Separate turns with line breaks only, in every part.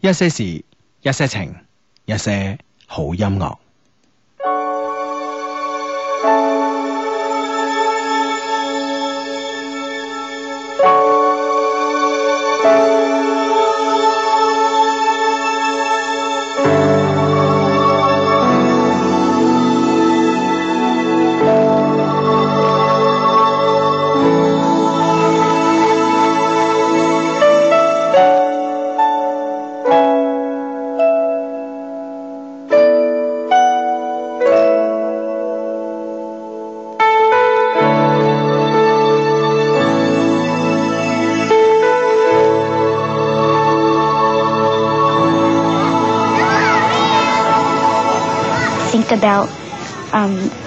一些事，一些情，一些好音樂。
think about um,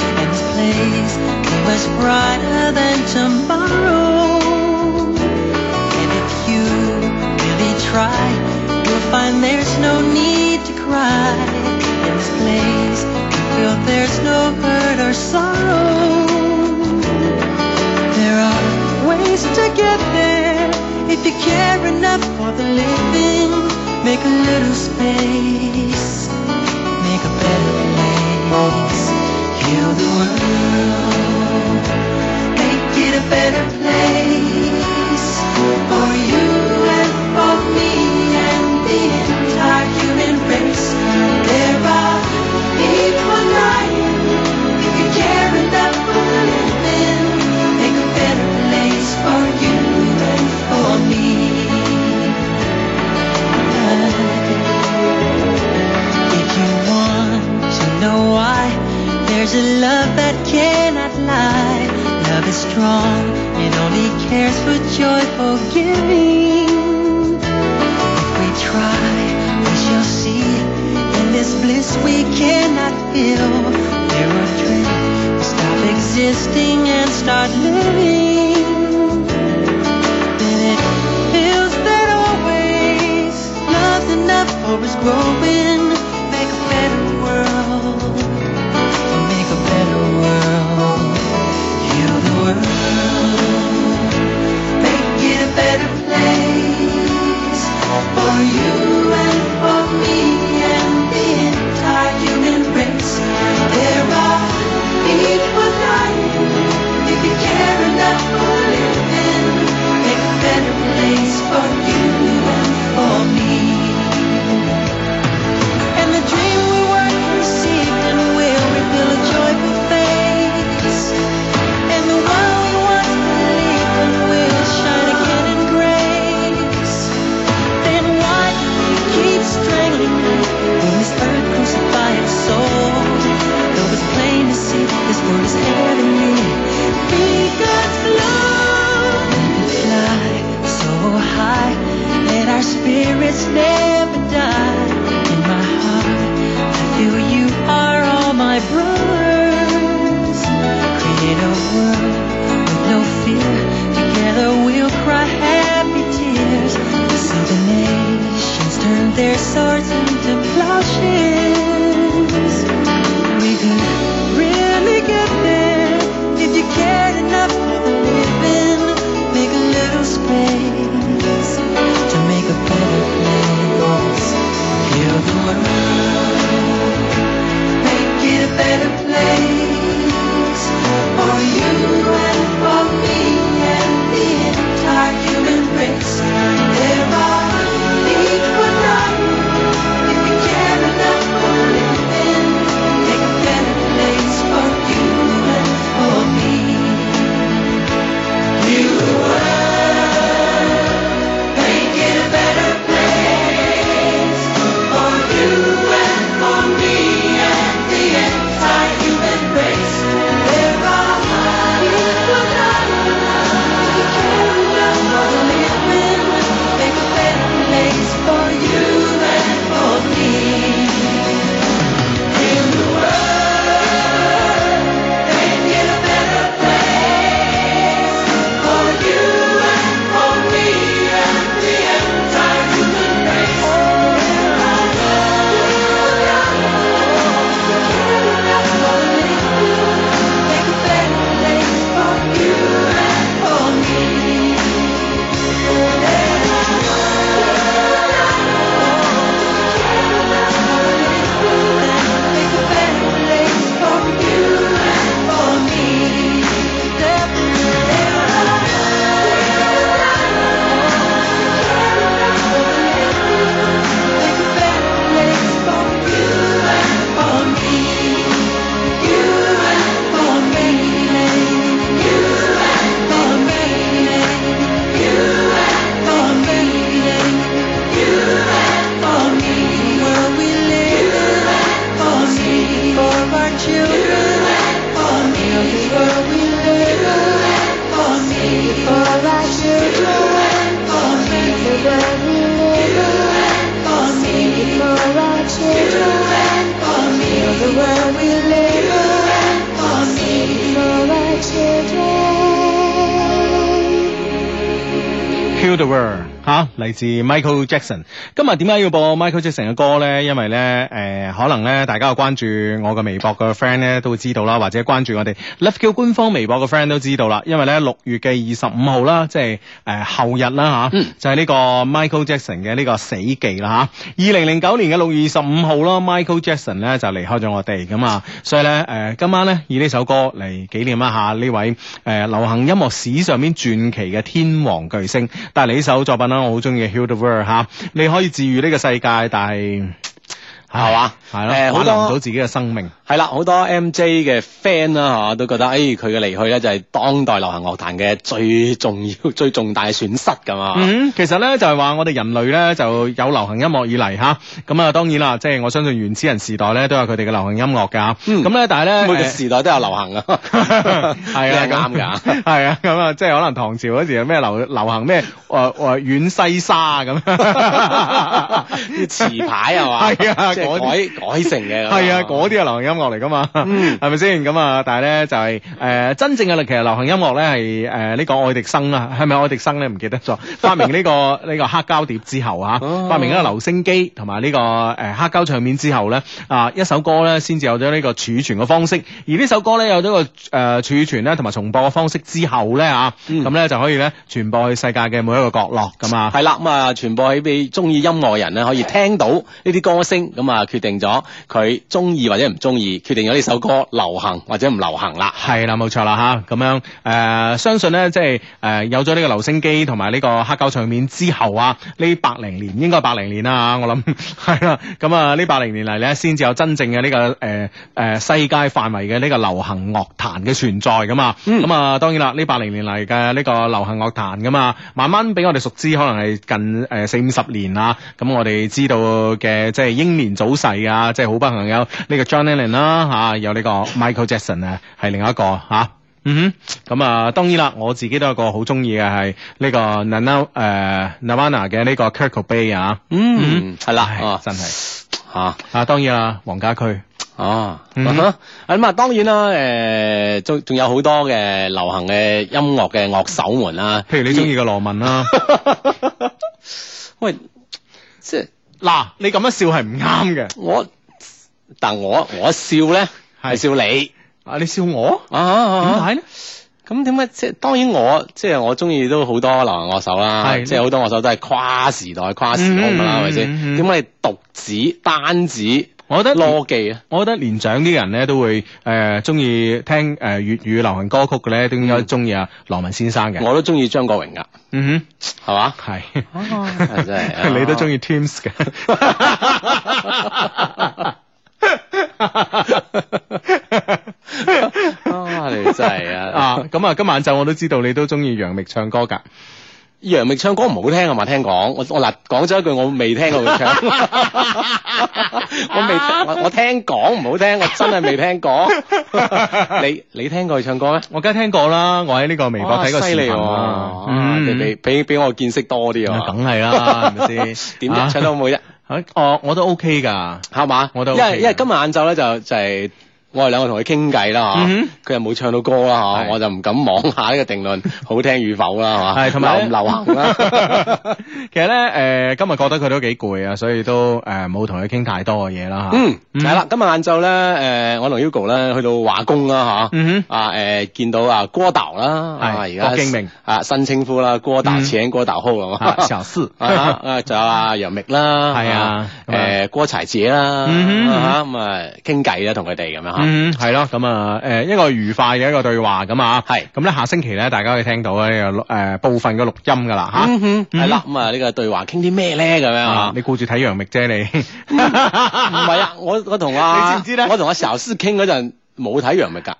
And this place was brighter than tomorrow. And if you really try, you'll find there's no need to cry. In this place, you feel there's no hurt or sorrow. There are ways to get there if you care enough for the living. Make a little space, make a better place. Heal the world, make it a better place for you and for me and the entire human race. There are people dying. If you care enough for the living, make a better place for you and for me. If you want to know why, there's a love that cannot lie. Love is strong, it only cares for joyful giving. If we try, we shall see. In this bliss we cannot feel. There are dreams we stop existing and start living. Then it feels that always love's enough for us growing. Make a better world. Make a better world. Heal the world. Make it a better place for you and for me and the entire human race. There are people dying if you care enough for living. Make a better place for you and for me. And the dream we work received and will reveal a joyful face. And the one we once believed in will shine again in grace. Then why do we keep strangling when this earth crucify our soul? Though it's plain to see this world is heavenly. Because love can fly so high that our spirits never die. In my heart, I feel you are all my brothers. Create a world with no fear. Together we'll cry happy tears. See the nations turn their swords into plowshares. We could really get there if you cared enough for the living. Make a little space to make a better place. Heal the world. Make it a better place for you and for me and the entire human race. There are people dying if you care enough for
啊，嚟自 Michael Jackson。今日點解要播 Michael Jackson 嘅歌咧？因為咧，誒、可能咧，大家有關注我嘅微博嘅 friend 咧都會知道啦，或者關注我哋 Love Q 官方微博嘅 friend 都知道啦。因為咧，六月嘅二十五號啦，即係誒、後日啦吓，
嗯
就係呢個 Michael Jackson 嘅呢個死忌啦吓。二零零九年嘅六月二十五號啦，Michael Jackson 咧就離開咗我哋咁啊，所以咧誒、今晚咧以呢首歌嚟紀念一下呢位誒、流行音樂史上面傳奇嘅天王巨星。但係你呢首作品啦，我好中意《Heal the World》吓，你可以治愈呢個世界，但係
係嘛
系咯，
誒好
挽
多
留唔到自己嘅生命。
係啦，好多 MJ 嘅 fan 啦嚇都覺得，誒佢嘅離去咧就係當代流行樂壇嘅最重要、 最重大嘅損失咁啊。
嗯，其實咧就係話我哋人類咧就有流行音樂以嚟吓，咁啊當然啦，即係我相信原始人時代咧都有佢哋嘅流行音樂㗎。
嗯
咁咧但係咧呃
每個
誒
時代都有流行 啊，
係啊，
你係 啱㗎。
㗎，係啊，咁啊，即係可能唐朝嗰時有咩流流行咩誒誒遠西沙啊咁，
啲詞牌係嘛？
係啊
即
嗰
係改改成嘅。
係啊，嗰啲係流行音樂嚟噶嘛，
嗯
係咪先？咁啊，但係咧就係、呃真正嘅其實流行音樂咧係誒呢個愛迪生啊，係咪愛迪生咧？唔記得 咗，發明呢、個呢個黑膠碟之後啊，
哦
發明呢個留聲機同埋呢個誒黑膠唱片之後咧，啊一首歌咧先至有咗呢個儲存嘅方式，而呢首歌咧有咗個誒、呃、儲存咧同埋重播嘅方式之後咧啊，
嗯
咁咧、就可以咧傳播去世界嘅每一個角落咁啊。
係啦，咁啊，傳播起俾中意音樂嘅人咧，可以聽到呢啲歌聲，咁啊，決定咗佢中意或者唔中意，決定咗呢首歌流行或者唔流行啦。
係啦，冇錯啦吓，咁樣誒、呃相信咧，即係誒、呃有咗呢個留聲機同埋呢個黑膠唱片之後啊，呢百零年應該百零年啦， 我諗係啦，咁啊呢百零年嚟咧，先至有真正嘅呢、個誒誒、呃世界範圍嘅呢個流行樂壇嘅存在噶嘛，
嗯
咁啊、當然啦，呢百零年嚟嘅呢個流行樂壇噶嘛，慢慢俾我哋熟知，可能係近誒四五十年啊，咁我哋知道嘅即係英年早逝啊，即係好不幸有呢個 John Lennon 啦、吓、有呢個 Michael Jackson 啊，係另一個吓。嗯哼，咁啊，當然啦，我自己都有個好中意嘅係呢個 Nana 誒 Nirvana 嘅呢個 Kurt Cobain 啊，
嗯，係啦，
唉
啊，
真係
嚇。
啊，當然啦，黃家駒，
哦，
嗯
啊哈咁啊，當然啦，誒，仲仲有好多嘅流行嘅音樂嘅樂手們啦，
譬如你中意嘅羅文啦、
喂，即係
嗱，你咁樣笑係唔啱嘅，
我，但我我笑咧
係
係笑你
啊，你笑我
啊啊，
點
啊
解咧？
咁點解即係當然我即係我中意都好多流行樂手啦，
係
即係好多樂手都係跨時代、跨時空㗎
嗯
啦，係咪先？
嗯嗯
點解你獨子、單子、
我覺得
邏記啊？
我覺得年長啲人咧都會誒中意聽誒、呃、粵語流行歌曲嘅咧，都應該中意啊羅文先生嘅。
嗯我都中意張國榮㗎，
嗯
係嘛？
哼，
啊真係啊
係，你都中意 Teams 嘅。
啊，你真係 啊！
啊，咁啊，今晚晝我都知道你都中意楊冪唱歌㗎。
楊冪唱歌唔好聽啊嘛，聽講我我嗱講咗一句我未聽過佢唱， 我未聽我我聽講唔好聽，我真係未聽過。 你你聽過佢唱歌咩？
我梗係聽過啦，我喺呢個微博睇過視
哇哦犀利
頻
喎，
啊
啊你比比比我見識多啲
啊
啊嘛，
梗係啦，係咪先？
點啫唱得好唔好啫？
啊？哦，我都 OK 㗎。
係嘛？
我都
因
OK
為
嘅
因為今日晏晝咧就就係我哋兩個同佢傾偈啦嚇
嗯哼，
佢又冇唱到歌啦啊
係
嚇，我就唔敢妄下呢個定論好聽與否啦嚇，
係同埋
流唔流行啦。
其實咧，誒、今日覺得佢都幾攰啊，所以都誒冇同佢傾太多嘅嘢啦吓。
嗯，係啦，今日晏晝咧，誒、我同 Hugo 咧去到華工啦，吓、
嗯哼
啊，誒、見到啊郭導啦，啊，而
係
家
郭敬明
啊，新稱呼啦，郭導
嗯
請郭導好係嘛
啊，，小四，
啊啊，仲有啊楊冪啦，
係啊咁啊
誒郭柴姐啦，
嗯哼
啊咁啊傾偈啦，同佢哋咁樣吓，
嗯，係咯，咁啊，誒一個愉快嘅一個對話咁啊，
係
咁咧下星期咧，大家可以聽到呢個誒部分嘅錄音噶啦吓。
嗯哼，
嗯
係啦，咁啊呢個對話傾啲咩咧咁樣
啊
啊？
你顧住睇楊冪啫，你
唔係啊，我我同啊，
你知唔知咧
我同阿邵師傾嗰陣冇睇楊 冪㗎，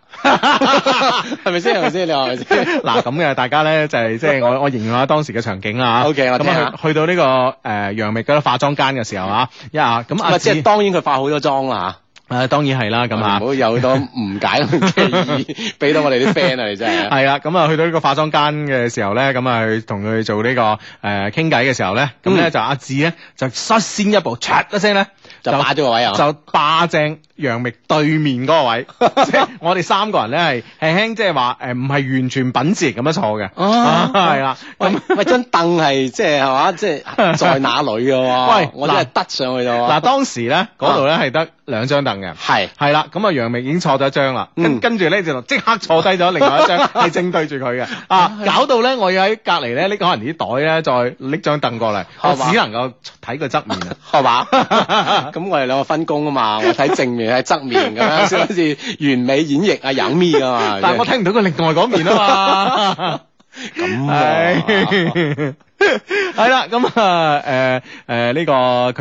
係咪先？係咪先？你話係咪先？
嗱咁嘅，大家咧就係即係我我形容下當時嘅場景啦
OK，我
咁
聽下
啊去去到呢個誒楊冪嗰個化妝間嘅時候啊，一下咁
咁啊，
阿
即
紫
係當然佢化好多妝啦
誒當然係啦，咁啊
唔。好有好多誤解嘅建 議，俾到我哋啲 friend 啊，你真係。
系啦，咁啊去到呢個化妝間嘅時候咧，咁啊去同佢做呢、個个诶倾偈嘅時候咧，咁咧、
嗯
就阿志咧就率先一步，嚓一聲咧
就霸咗個位啊
就霸正楊幂對面嗰個 位，即係我哋三個人咧係輕輕即係話诶唔係完全品字咁樣坐嘅，
啊
係啦，
喂
咁。
喂，張凳係即係係嘛，即 係在哪裏嘅喎？
喂
我真係得上去
嗱，
咗喎。
當時咧嗰度咧係得兩張凳嘅，
係
係啦，咁啊楊幂已經坐咗一張啦，跟
嗯
跟住咧就即刻坐低咗另外 一張，係正對住佢嘅，啊，搞到咧我要喺隔離咧拎可能啲袋咧再拎張凳過嚟，我
係嘛
只能夠睇佢側面啊。
係嘛？ 咁我哋兩個分工啊嘛，我睇正面，睇側面咁樣先好似完美演繹啊，有咪啊 嘛。
但係我睇唔到佢另外嗰面啊 嘛。
咁啊
係 係啦，咁啊，誒誒呢個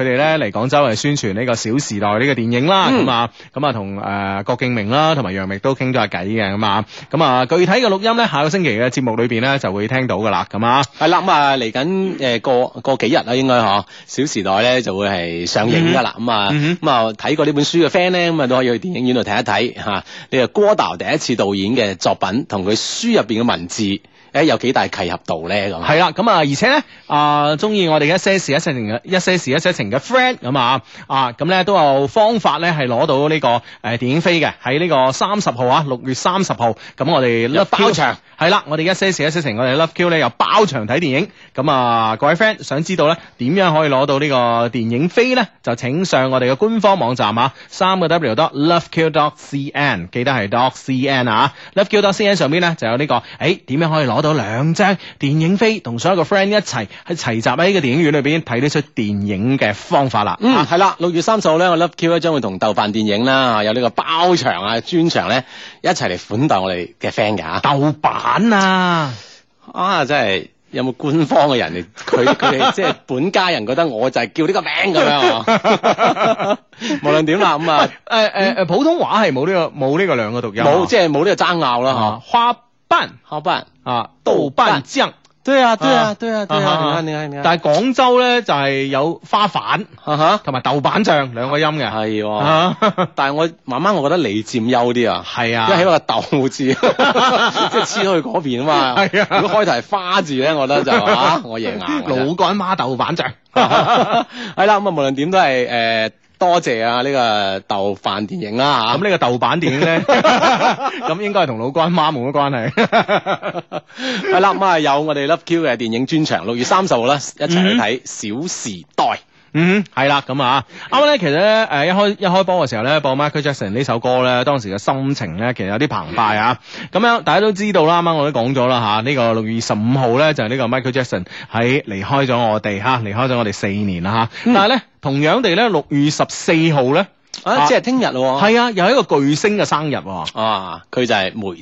佢哋咧嚟廣州係宣傳呢個《小時代》呢個電影啦，
嗯
咁啊，咁啊同誒郭敬明啦，同埋楊幂都傾咗下偈嘅，咁啊，咁啊具體嘅錄音咧，下個星期嘅節目裏邊咧就會聽到噶啦，咁啊，
係啦，咁啊嚟緊誒過過幾日啦，應該嗬，《小時代》咧就會係上映㗎啦。咁啊
嗯
咁啊睇過呢本書嘅 friend 咧，咁啊都可以去電影院度睇一睇嚇。呢個郭導第一次導演嘅作品，同佢書入邊嘅文字，誒有幾大契合度咧咁。
係啦，咁啊，而且咧啊，中意我哋嘅一些事一些情嘅一些事一些情嘅 friend 咁啊啊，咁咧都有方法咧係攞到呢個誒電影飛嘅，喺呢個三十號啊，六月三十號，咁我哋
有
Love Q- 啊
包場
係啦，我哋一些事一些情，我哋 Love Q 咧有包場睇電影，咁啊各位 friend 想知道咧點樣可以攞到呢個電影飛咧，就請上我哋嘅官方網站啊，三個 W dot loveq dot cn，記得係 dot cn 啊，loveq dot cn 上邊咧就有呢、個，誒、點樣可以攞到兩張電影飛，同所有嘅 friend 一齊喺齊集喺呢個電影院裏邊睇呢出電影嘅方法啦。
嗯，
啊
係啦，六月三十號咧，我 Love Q 咧將會同豆瓣電影啦，有呢個包場啊、專場咧，一齊嚟款待我哋嘅 friend 㗎嚇。
豆瓣啊！
啊，真係有冇官方嘅人嚟？佢佢 哋即係本家人覺得我就係叫呢個名咁 樣。無論點啦，咁啊，
誒誒誒，普通話係冇呢個嗯冇呢個兩個讀音啊，
冇即係冇呢個爭拗啦
啊，花瓣
嚇。好吧，
啊，豆瓣醬。
對啊，對
啊
啊，對啊，對啊，你看，你看，你看，
但係廣州咧就係有花瓣
啊哈，
同埋豆瓣醬兩個音嘅。
係喎。
啊，
但係我慢慢我覺得你佔優啲啊。
係
因為起
啊。
個豆 字，即係黐去嗰邊啊嘛。
係啊
如果開頭係花字咧，我覺得就啊，我贏硬啊真係
老干媽豆瓣醬。
啊係啦，咁啊，無論點都係誒，多謝啊呢個豆瓣電影啦嚇
咁。呢個豆瓣電影 咧，咁應該係同老干媽冇乜關係。
係啦，咁啊有我哋 Love Q 嘅電影專場，六月三十號啦，一齊去睇《小時代》。
嗯，係啦，咁啊，啱啱咧，其實咧，誒一開一開波嘅時候咧，播 Michael Jackson 呢首歌咧，當時嘅心情咧，其實有啲澎湃啊。咁樣大家都知道啦，啱啱我都講咗啦嚇，呢、個六月二十五號咧就係、呢個 Michael Jackson 喺離開咗我哋嚇，離開咗我哋四年啦
哦
嚇。但係咧，同樣地咧，六月十四號咧，
啊，即係聽日咯喎。
係嗯啊，又係一個巨星嘅生日喎。
啊，佢就係梅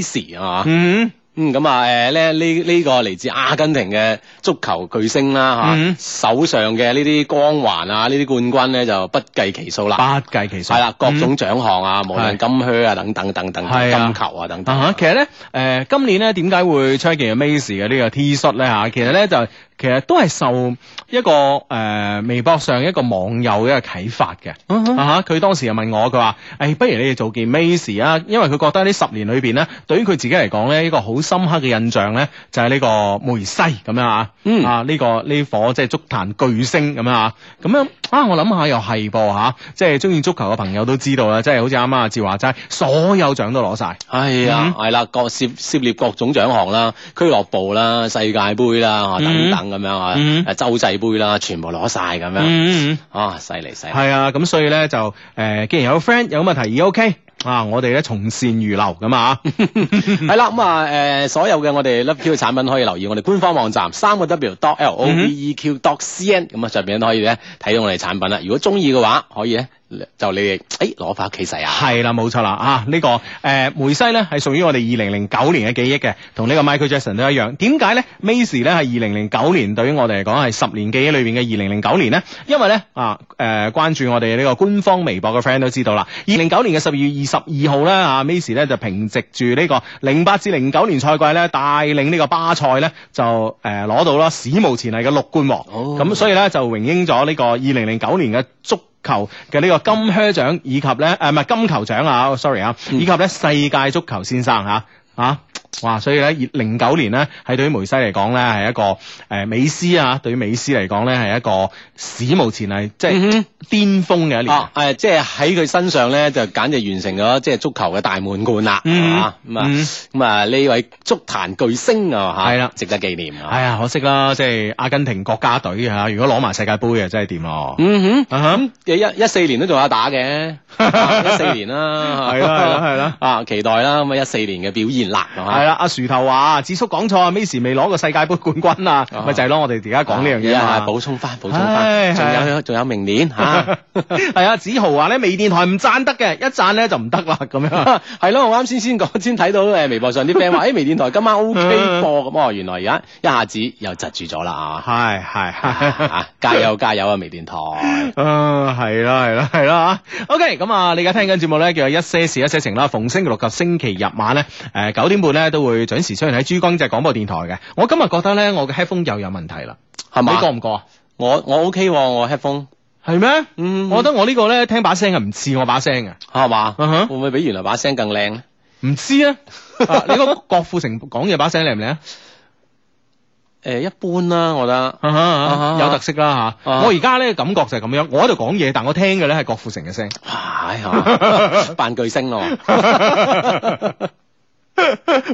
西 Messi 啊嘛。
嗯，
嗯，咁啊誒咧呢呢個嚟自阿根廷嘅足球巨星啦
嗯
嚇，手上嘅呢啲光環啊，呢啲冠軍咧就不計其數
不
啦。
計其數。
係啦，各
啊嗯
種獎項啊，無
係
論金靴啊等等等等，
係啊
金球啊等等
啊。哈其實咧，誒、今年咧點解會出一件 Macy 嘅呢個 T 恤咧嚇？其實咧就其實都係受一個誒、微博上一個網友嘅一個啟發嘅。
嗯
啊哈！佢當時又問我，佢話：，誒、不如你哋做件 Macy 啊，因為佢覺得呢十年裏邊咧，對於佢自己嚟講咧，一個好深刻嘅印象咧，就係、呢個梅西咁樣啊，
嗯
啊呢、個呢顆即係足壇巨星咁樣啊，咁樣啊，我諗下又係噃嚇，即係中意足球嘅朋友都知道啦，即係好似啱啱阿志華齋，所有獎都攞晒。
係
嗯
啊，係啦，各涉涉獵各種獎項啦，俱樂部啦、世界盃啦啊等等咁樣啊，
嗯
誒洲際杯啦，全部攞晒咁樣
嗯嗯
啊，犀利犀
嗯，
利，
係啊，咁所以咧就誒、呃既然有 friend 有咁嘅提議，OK 啊，我哋咧從善如流咁啊，
係啦，咁啊誒，所有嘅我哋 Love Q 嘅產品可以留意我哋官方網站三個 W dot L O V E Q dot C N，咁啊上邊都可以咧睇到我哋產品啦。如果中意嘅話，可以咧就你哋誒攞翻屋企使啊。
係啦，冇錯啦啊，呢、個誒、呃梅西咧係屬於我哋二零零九年嘅記憶嘅，同呢個 Michael Jackson 都一樣。點解咧？Macy 咧係二零零九年對於我哋嚟講係十年記憶裏邊嘅二零零九年咧，因為咧啊誒、呃、關注我哋呢個官方微博嘅 friend 都知道啦，二零九年嘅十二月二十二號咧啊，Macy 咧就憑藉住呢個零八至零九年賽季咧帶領呢個巴塞咧就誒攞、到啦史無前例嘅六冠王，
哦
咁、所以咧就榮膺咗呢個二零零九年嘅足球嘅呢個金靴獎，以及咧誒唔係金球獎啊，sorry 啊，
嗯
以及咧世界足球先生嚇啊！哇！所以咧，零九年咧，係對於梅西嚟講咧，係一個誒、呃美斯啊，對於美斯嚟講咧，係一個史無前例，即係
嗯哼
巔峰嘅一年。
啊，誒，即係喺佢身上咧，就簡直完成咗即係足球嘅大滿貫啦，
嗯
啊咁啊，
嗯
咁啊呢位足壇巨星啊，嚇
係啦
值得紀念啊。
哎呀，可惜啦，即係阿根廷國家隊嚇，如果攞埋世界盃啊，真係掂咯。
嗯
啊哈
哼，咁一一四年都仲有打 嘅，一四年啦，
係啦係啦係啦
啊期待啦，咁啊一四年嘅表現啦，啊係嘛
係啦，阿樹頭話：子叔講錯啊，Miss 未攞過世界盃冠軍啊，
啊
咪就係咯，我哋而家講呢樣嘢
啊
啊。
補充翻，補充
唉
翻，仲
係
有仲有明年嚇。
係啊，子豪話咧，微電台唔讚得嘅，一讚咧就唔得啦，咁 樣。
係咯，我啱先先講先睇到誒微博上啲 friend 話，哎誒微電台今晚 O K 播咁，哦原來而家一下子又窒住咗啦啊！
係係係。
啊，加油加油啊！微電台，
啊，係啦，係啦，係啦吓。OK，咁啊，你而家聽緊節目咧，叫做一些事一些情啦。逢星期六及星期日晚咧，誒九點半咧都會準時出現喺珠江經濟廣播電台嘅。我今日覺得咧，我嘅 headphone 又有問題啦，
係
你
嘛
覺？唔覺啊？
我我 OK 喎，我 headphone，
係咩？
嗯
我覺得我呢個咧聽把聲係唔似我把聲嘅，
係嘛？
嗯哼
會唔會比原來把聲更靚咧？
唔知 啊。啊你個郭富城講嘢把聲靚唔靚啊
誒，一般啦，我覺得。
啊哈？啊哈
啊
有特色啦吓。
啊
我而家咧感覺就係咁樣，我喺度講嘢，但我聽嘅咧係郭富城嘅聲。
唉，係 嘛扮巨星咯，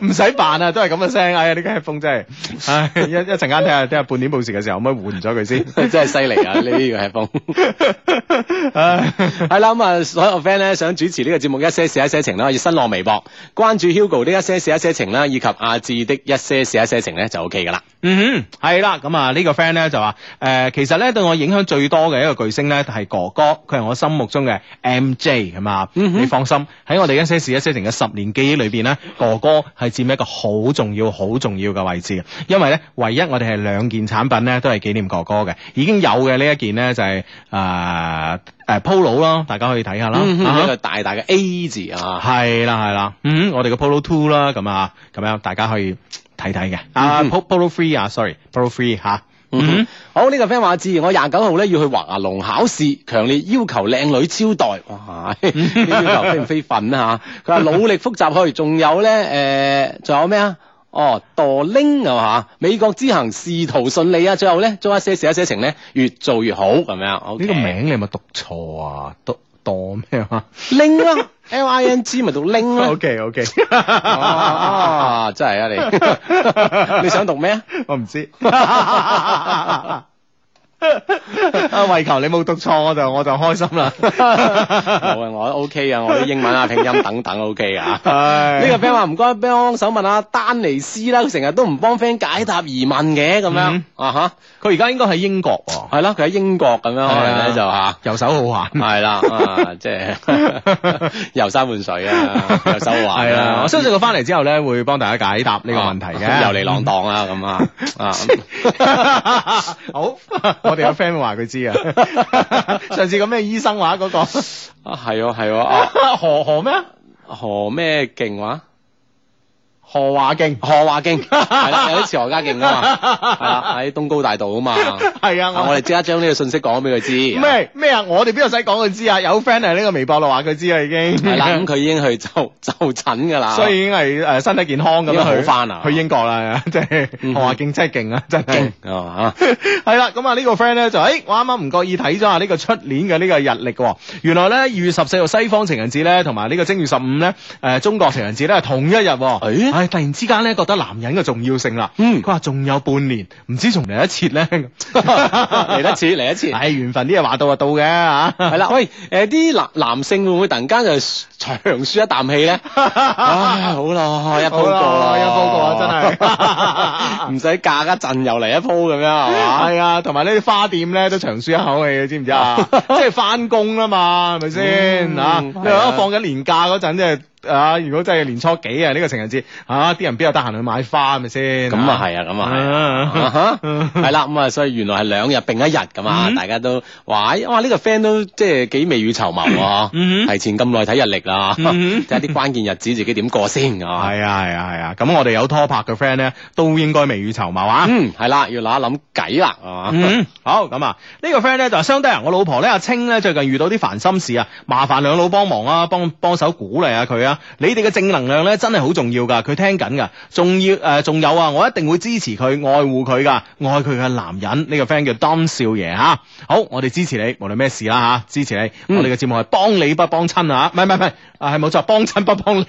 唔使扮啊，都係咁嘅聲。哎呀，呢個 headphone 真係，唉，一一陣間睇下睇下半點報時嘅時候可唔可以換咗佢 先？
真係犀利啊！呢個 headphone。
唉，
係啦，咁啊，所有 friend 咧想主持呢個節目一些事一些情啦，可以新浪微博關注 Hugo 的一些事一些情啦，以及阿志的一些事一些情咧就 OK 噶啦。
嗯哼，係啦，咁啊呢個 friend 咧就話，誒、其實咧對我影響最多嘅一個巨星咧係哥哥，佢係我心目中嘅 M J 咁啊，
嗯哼
你放心，喺我哋一些事一些情嘅十年記憶裏邊咧，哥哥係佔一個好重要、好重要嘅位置嘅，因為咧唯一我哋係兩件產品咧都係紀念哥哥嘅，已經有嘅呢一件咧就係誒誒 Polo 咯，大家可以睇下啦。
嗯
啊
哼
哈
一個大大嘅 A 字啊，
係啦係啦，嗯，我哋嘅 Polo Two 啦，咁啊，咁樣大家可以睇睇嘅。啊
嗯
，Po-，Polo Three 啊，sorry，Polo Three 吓。
嗯
嗯
哼，好呢、個 friend 話志，我廿九號咧要去華龍考試，強烈要求靚女招待。 哇，呢要求非唔非分啊？佢話努力複習去，仲有咧誒，仲、有咩啊？哦，墮拎係嘛？美國之行仕途順利啊！最後咧，做一些事一些情咧，越做越好咁樣。
呢
OK
個名你係咪讀錯啊？讀墮咩 啊
拎咯，L I N G 咪讀拎咯。
？OK OK，哦
啊，真係啊你，你想讀咩啊？
我唔知。 啊，為求你冇讀錯，我就我就開心啦。
冇啊，我 OK 啊，我啲英文啊、拼音等等 OK 啊。
唉
呢個 friend 話唔該，幫手問下丹尼斯啦，佢成日都唔幫 friend 解答疑問嘅咁樣
嗯
啊
佢而家應該喺英國喎，
吓，係啦，佢喺英國咁樣，可能咧就吓。
遊手好閒。
係啦， 啊，即係 遊山玩水啊，遊手玩
係啊，哦我相信佢翻嚟之後咧，會幫大家解答呢個問題 嘅。
遊嚟浪蕩啊，咁啊，啊，
好，我哋有 friend 話佢知 啊。上次個咩醫生話嗰、個
啊係喎係喎，啊
何何咩啊？
何咩勁話？
何華勁。
何 華勁係啦，有啲似何家勁啊嘛，係啦，喺東高大道 啊嘛，
係啊，
啊
我
我
哋
哋即刻將呢個信息講俾佢知。
咩咩啊？我哋邊度使講佢知啊？有 friend 喺呢個微博度話佢知啊，已經
係啦，咁佢已經去就就診㗎啦。
所以已經係誒身體健康咁
應該
樣
好
去
返啊
去英國啦，即係
嗯
何華勁真係勁啊，真係
勁。啊嘛，
係啦，咁啊呢個 friend 咧就，誒我啱啱唔覺意睇咗下呢個出年嘅呢個日曆喎，原來咧二月十四號西方情人節咧，同埋呢個正月十五咧，誒中國情人節咧係同一日喎。
誒
唉突然之間咧覺得男人嘅重要性啦。
哎嗯
佢話仲有半年，唔知仲嚟得切咧。
嚟
嚟
得切嚟得切。
唉緣分啲嘢話到就到嘅啊嚇。
係啦，喂，誒啲男男性會唔會突然間就長舒一啖氣 咧？唉，好啦，一鋪過
好
啦，
啦一鋪過啦真係
唔使隔一陣又嚟一鋪咁樣係嘛？
係啊，同埋呢啲花店咧都長舒一口氣，知唔 知啊？即係翻工啦嘛，係咪先
嗯
啊？
係啊
你話放緊年假嗰陣，即係啊，如果真係年初幾啊，呢個情人節啊，啲人邊有得閒去買花係咪先？
咁啊係啊，咁啊係啊。
啊
啊哈係啦，咁啊，所以原來係兩日並一日咁啊，
嗯
大家都話，哎哇，呢個 friend 都即係幾未雨綢繆喎，
嗯
提前咁耐睇日曆啦，
嗯
睇下啲關鍵日子自己點過先啊。
係啊係啊係啊，咁我哋有拖拍嘅 friend 咧，都應該未雨綢繆啊。
嗯，係啦，要諗一諗計啦，係嘛。
嗯，好咁啊，呢、個 friend 咧就話相低啊人，我老婆咧阿青咧最近遇到啲煩心事啊，麻煩兩老幫忙啊，幫幫手鼓勵下佢啊，你哋嘅正能量咧真係好重要噶，佢聽緊噶，仲要誒仲、有啊，我一定會支持佢，愛護佢噶，愛佢嘅男人，呢、個 friend 叫 Dom 少爺吓、好，我哋支持你，無論咩事啦吓、支持你，
嗯
我哋嘅節目係幫你不幫親啊，唔係唔係唔係，啊係冇錯，幫親不幫你，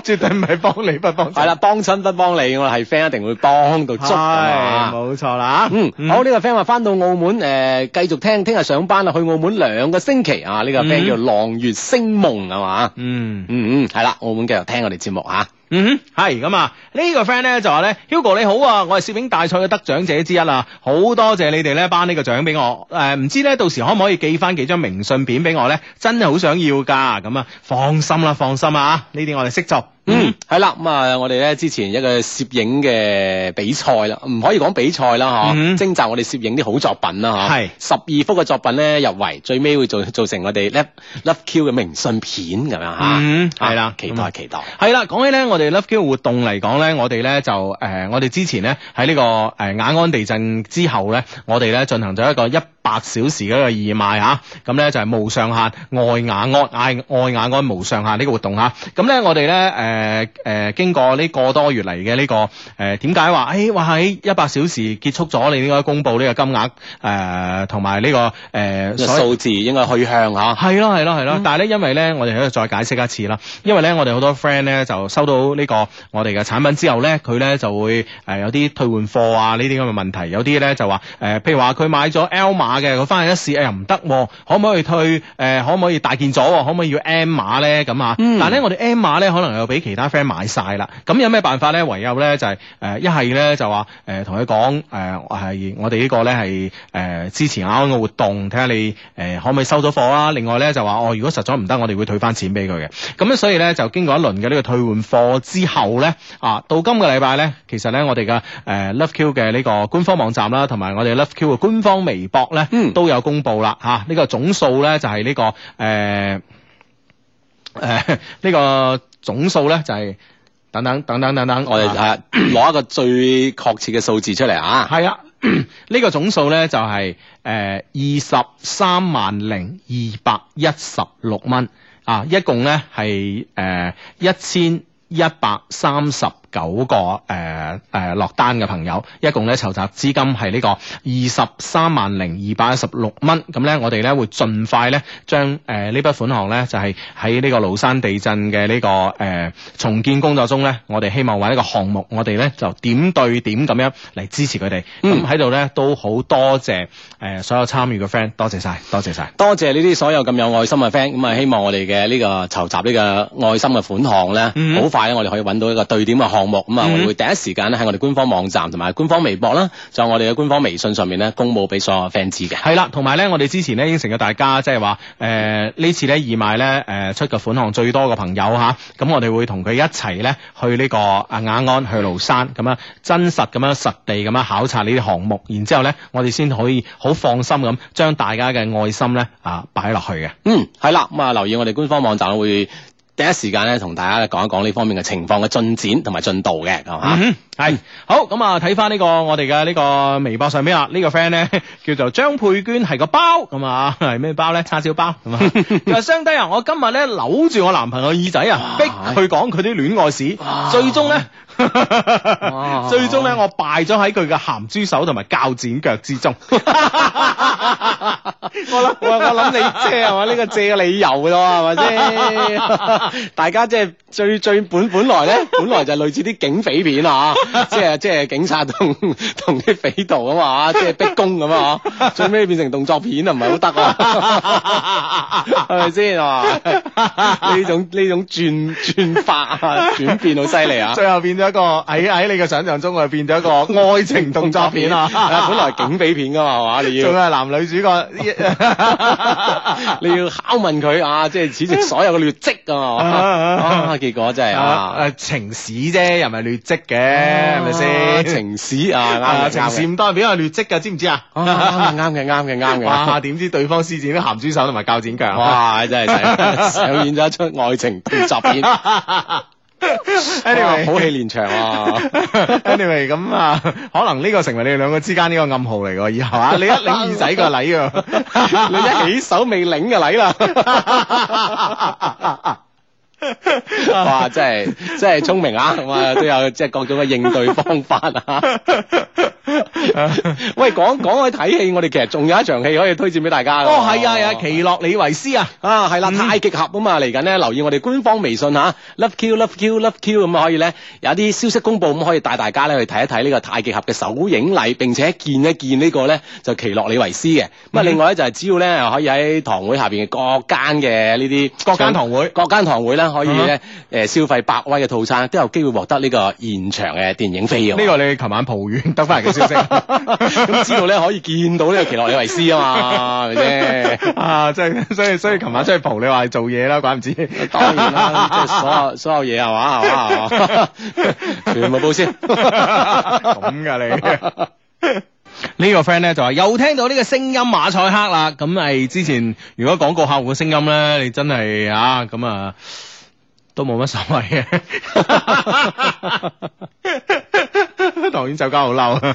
絕對唔係幫你不幫親，
係啦，幫親不幫你，我係 friend 一定會幫到足
係，
㗎嘛
冇錯啦，
啊嗯，好呢、個 friend 話翻到澳門誒、繼續聽，聽日上班啦，去澳門兩個星期啊！呢、個 friend
嗯
叫浪月星夢係嘛？
嗯。
嗯嗯，係啦，澳門繼續聽我哋節目啊嚇。
嗯哼，係咁啊！呢、個 friend 咧就話咧，Hugo 你好啊，我係攝影大賽嘅得獎者之一啊，好多謝你哋咧頒呢個獎俾我。誒、唔知咧到時可唔可以寄翻幾張明信片俾我咧？真係好想要㗎。咁啊，放心啦，放心啊，呢啲我哋識做。
嗯，係啦，咁啊，我哋咧之前一個攝影嘅比賽啦，唔可以講比賽啦，嗬，
嗯
徵集我哋攝影啲好作品啦，嗬，
係
十二幅嘅作品咧入圍，最尾會做做成我哋 Love Love Q 嘅明信片咁樣
嗯
吓，啊
係啦
期
咁
待
啊
期待，
係啦，講起咧，我哋 Love Q 活動嚟講咧，我哋咧就誒、我哋之前咧喺呢個誒、雅安地震之後咧，我哋咧進行咗一個一百小時嘅一個義賣嚇，咁咧就係、無上限愛雅安愛愛雅安無上限呢個活動嚇，咁咧我哋咧誒誒經過呢個多月嚟嘅呢個誒點解話誒話喺一百小時結束咗，你應該公佈呢個金額誒同埋呢個誒、
呢個
所有
數字應該去向吓，
係咯係咯係咯，但係咧，因為咧，我哋喺度再解釋一次啦。因為咧，我哋好多 friend 咧就收到呢個我哋嘅產品之後咧，佢咧就會誒、呃有啲退換貨啊呢啲咁嘅問題，有啲咧就話誒、呃譬如話佢買咗 L 碼嘅，佢翻去一試，哎呀唔得喎，可唔可以退？誒、可唔可以大件咗喎？可唔可以要 M 碼咧？咁啊，
嗯
但係咧，我哋 M 碼咧可能又俾其他 friend 買晒啦。咁有咩辦法咧？唯有咧就係、誒一係咧就話誒同佢講誒係我哋呢個咧係誒支持啱啱嘅活動，睇下你誒、呃可唔可以收咗貨啦。另外咧就話哦，如果實在唔得，我哋會退翻錢俾佢嘅。咁咧所以咧就經過一輪嘅呢個退換貨之後咧啊，到今個禮拜咧，其實咧我哋嘅誒 Love Q 嘅呢個官方網站啦，同埋我哋 Love Q 嘅官方微博咧，
嗯
都有公布啦嚇。呢、個總數咧就係、呢、個誒。誒、 呢個總數咧就係、等等等等等等，
我哋
啊
啊 攞一個最確切嘅數字出嚟啊，
係啊， 呢個總數咧就係呃誒二十三萬零二百一十六蚊啊，一共咧係誒一千一百三十九個誒誒、呃落單嘅朋友，一共咧籌集資金係呢個二十三萬零二百一十六蚊。咁咧，我哋咧會盡快咧將誒呢筆款項咧就係喺呢個廬山地震嘅呢、個誒、呃重建工作中咧，我哋希望揾一個項目，我哋咧就點對點咁樣嚟支持佢哋。
嗯
咁喺度咧都好多謝誒、呃所有參與嘅 friend，多謝晒，多謝晒。
多謝呢啲所有咁有愛心嘅 friend，咁啊希望我哋嘅呢個籌集呢個愛心嘅款項咧，好、
嗯
快咧我哋可以揾到一個對點嘅項目，咁啊、
嗯
我哋會第一時間咧喺我哋官方網站同埋官方微博啦，仲有我哋嘅官方微信上面咧公佈俾所有 fans 知嘅。
係啦，同埋咧，我哋之前咧應承咗大家，即係話誒呢次咧義賣咧誒出嘅款項最多嘅朋友吓，咁、我哋會同佢一齊咧去呢、個啊雅安去廬山咁樣真實咁樣實地咁樣考察呢啲項目，然之後咧我哋先可以好放心咁將大家嘅愛心咧啊擺落去嘅。
嗯，係啦，咁啊留意我哋官方網站會第一時間咧同大家咧講一講呢方面嘅情況嘅進展同埋進度嘅，係嘛？
嗯哼，系好咁啊！睇翻呢個我哋嘅呢個微博上邊啊，呢、 個 friend 咧叫做張佩娟，係個包咁啊， 係咩包咧？叉燒包 咁啊！佢話相低啊，我今日咧扭住我男朋友耳仔啊，逼
哇
佢講佢啲戀愛史
哇，
最終咧
哇，
最終咧我敗咗喺佢嘅鹹豬手同埋鉸剪腳之 中。我諗我我諗你即係話呢個借嘅理由咯，係咪先？
大家即係最最本本來咧，本來就係類似啲警匪片啊，即係即係警察同 同啲匪徒啊嘛，即係逼供咁啊，最尾變成動作片啊，唔係好得啊，係咪先啊？呢種呢種轉轉化啊轉變好犀利啊！
最後變咗一個喺喺你嘅想象中，我變咗一個愛情動作片啊！
本來係警匪片噶嘛，係嘛？你要
仲係男女主角，
你要拷問佢啊，即係此藉所有嘅劣跡啊！啊，結果真係 啊，
誒情史啫，又唔係劣跡嘅，係咪
啊
先？
情史啊，
啊，
Ờ, 啱嘅啱
情
嘅
史唔代表係劣跡㗎，知唔知啊？
啊啱嘅啱嘅啱嘅啱嘅。
哇！點知對方施展啲鹹豬手同埋鉸剪腳。啊
哇！真 係上演咗一出愛情動作 片，哇
anyway，
好戲連場 啊！
anyway，咁啊，可能呢個成為你哋兩個之間呢個暗號嚟喎，以後 啊，你一擰耳仔個禮啊，
你一起手未領嘅 禮啦，哇！真係真係聰明啊！咁啊，都有即係各種嘅應對方法啊！喂，講講開睇戲，我哋其實仲有一場戲可以推薦俾大家㗎
哦，係啊，係啊，奇洛里維斯啊，
啊，係啦，太極俠啊嘛，嚟緊咧留意我哋官方微信吓，love q love q love q 咁啊可以咧有啲消息公佈咁可以帶大家咧去睇一睇呢個太極俠嘅首映禮，並且見一見呢個咧就奇洛里維斯嘅。咁啊，
嗯
另外咧就係只要咧可以喺堂會下邊嘅各間嘅呢啲
各間堂會啊
各間堂會咧可以咧誒消費百威嘅套餐，都有機會獲得呢個現場嘅電影飛嘅喎。
呢個你琴晚抱怨得翻嚟嘅消息。
咁知道咧可以見到呢個奇洛里維斯啊嘛，係咪先？
啊，真係，所以所以琴晚出去蒲，你話係做嘢啦，怪唔知。
當然 啦，即係所有所有嘢係嘛係嘛係嘛，全部報銷。
咁噶你？呢 個 friend 咧就話又聽到呢個聲音馬賽克啦，咁係之前如果廣告客戶嘅聲音咧，你真係啊咁啊都冇乜所謂嘅。 唐苑酒家好嬲，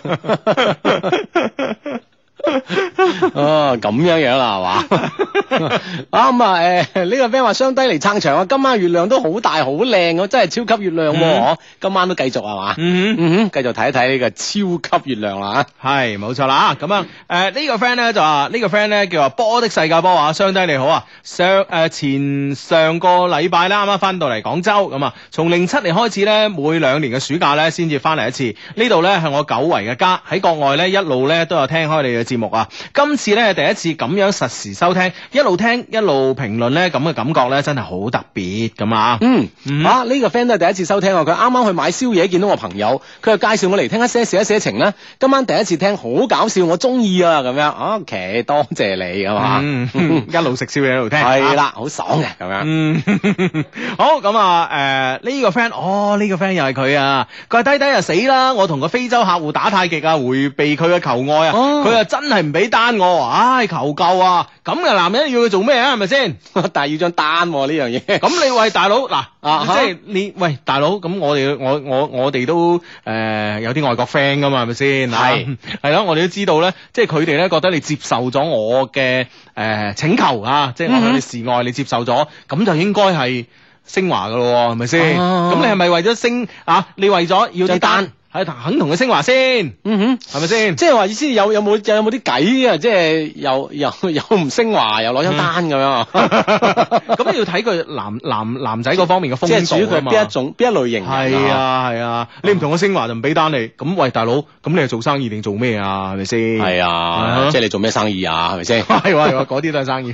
哦，咁樣樣啦，係嘛？ 啊咁啊，誒呢個 friend 話雙低嚟撐場啊，今晚月亮都好大好靚，我真係超級月亮喎，
嗯
嗬今晚都繼續係嘛？
嗯哼。
嗯哼，繼續睇一睇呢個超級月亮啦啊
係冇錯啦，咁啊，誒、呢個 friend 咧就話呢個 friend 咧叫話波的世界波啊，相低你好啊，上誒、前上個禮拜啦，啱啱翻到嚟廣州咁啊，從零七年開始咧，每兩年嘅暑假咧先至翻嚟一次，呢度咧係我久違嘅家，喺國外咧一路咧都有聽開你嘅節目啊，今次咧第一次咁樣實時收聽，一路聽一路評論咧，咁嘅感覺咧真係好特別咁啊，
嗯，
嗯
啊呢、個 friend 都係第一次收聽喎，啊佢啱啱去買宵夜，見到我朋友，佢就介紹我嚟聽一些事一些情啦。今晚第一次聽，好搞笑，我中意啊咁樣。啊 OK，多謝你咁 嘛。
嗯， 一路食宵夜一路聽，
係啦，好爽嘅咁樣。
嗯， 好咁啊，誒、呢、個 friend，哦呢、個 friend 又係佢啊，佢話低低啊死啦，我同個非洲客戶打太極啊，迴避佢嘅求愛啊，
哦
佢啊真係唔俾單我，唉求救啊，咁嘅男人要佢做咩啊，係咪先？
但係要張單喎呢樣 嘢。
咁你喂大佬嗱，
啊
即係你喂大佬，咁我哋我我我哋都誒、有啲外國 friend 噶嘛，係咪先？啊
係
係咯，我哋都知道咧，即係佢哋咧覺得你接受咗我嘅誒、請求啊，即係
嗯
我向你示愛，你接受咗，咁就應該係升華噶咯喎，係咪先？咁、
哦
你係咪為咗升啊？你為咗要啲
張單
單，係肯同佢升華先，
嗯哼。
係咪 先？
即係話意思有有冇有冇啲計啊？即係又 又又唔升華，又攞張單咁樣 啊？
咁要睇佢男男男仔嗰方面嘅風
即係主
度啊
要佢
嘛。
邊一種邊一類型人
係，啊係啊，你唔同我升華就唔俾單你，咁喂大佬，咁你係做生意定做咩啊？係咪先？
係
啊
啊，即係你做咩生意啊？係咪 先？
係喎係喎，嗰啲都係生意，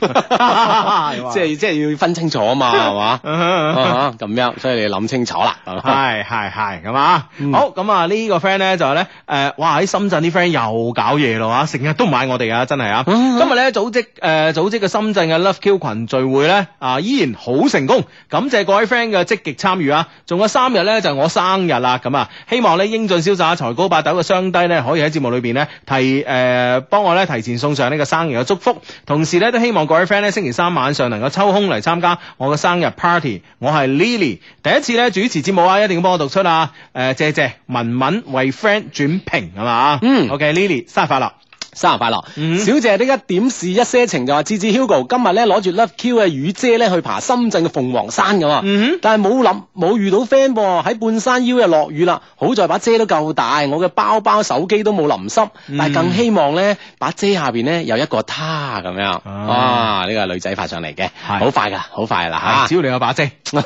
即係即係要分清楚啊嘛，係 嘛？啊咁樣，所以你諗清楚啦。
係係係咁啊！
嗯
好咁啊，呢個 friend 咧就係咧，誒，哇喺深圳啲 friend 又搞嘢咯啊，成日都唔買我哋啊，真係啊！
嗯
今日咧組織誒組織嘅深圳嘅 Love Q 群聚會咧啊，依然好成功，感謝各位 friend 嘅積極參與啊！仲有三日咧就係我生日啦，咁啊，希望咧英俊瀟灑、才高八斗嘅雙低咧，可以喺節目裏邊咧提誒幫我咧提前送上呢個生日嘅祝福，同時咧都希望各位 friend 咧星期三晚上能夠抽空嚟參加我嘅生日 party。我係 Lily，第一次咧主持節目啊，一定要幫我讀出啊！誒，謝謝文文為 friend 轉評係嘛？
嗯
，OK，Lily 生日快樂。
生日快樂！
嗯
小姐呢一點是一些情就話，志志 Hugo 今日咧攞住 Love Q 嘅雨遮咧去爬深圳嘅鳳凰山咁啊，
嗯哼
但係冇諗冇遇到 friend 喎，喺半山腰又落雨啦，好在把遮都夠大，我嘅包包、手機都冇淋濕，
嗯
但係更希望咧把遮下邊咧有一個他咁樣，
啊
啊呢個係女仔發上嚟
係
嘅，好快㗎，好快啦
係
嚇
啊只，要你有把遮，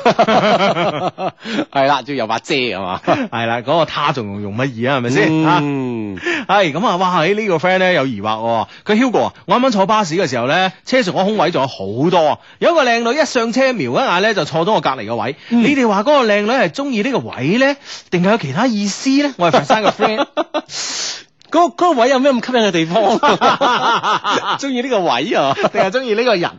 係啦，仲要有把遮 係嘛，
係啦，嗰個他仲用乜嘢啊？係咪先啊？
嗯。
係咁啊！哇！喺呢個 friend 咧又有疑惑喎。佢 Hugo 啊，我啱啱坐巴士嘅時候咧，車上嗰個空位仲有好多，有一個靚女一上車瞄一眼咧就坐咗我隔離個位。
嗯
你哋話嗰個靚女係中意呢個位咧，定係有其他意思咧？我係佛山嘅 friend。
嗰嗰個位有咩咁吸引嘅 地方？中意呢個位啊！
定係中意呢個人？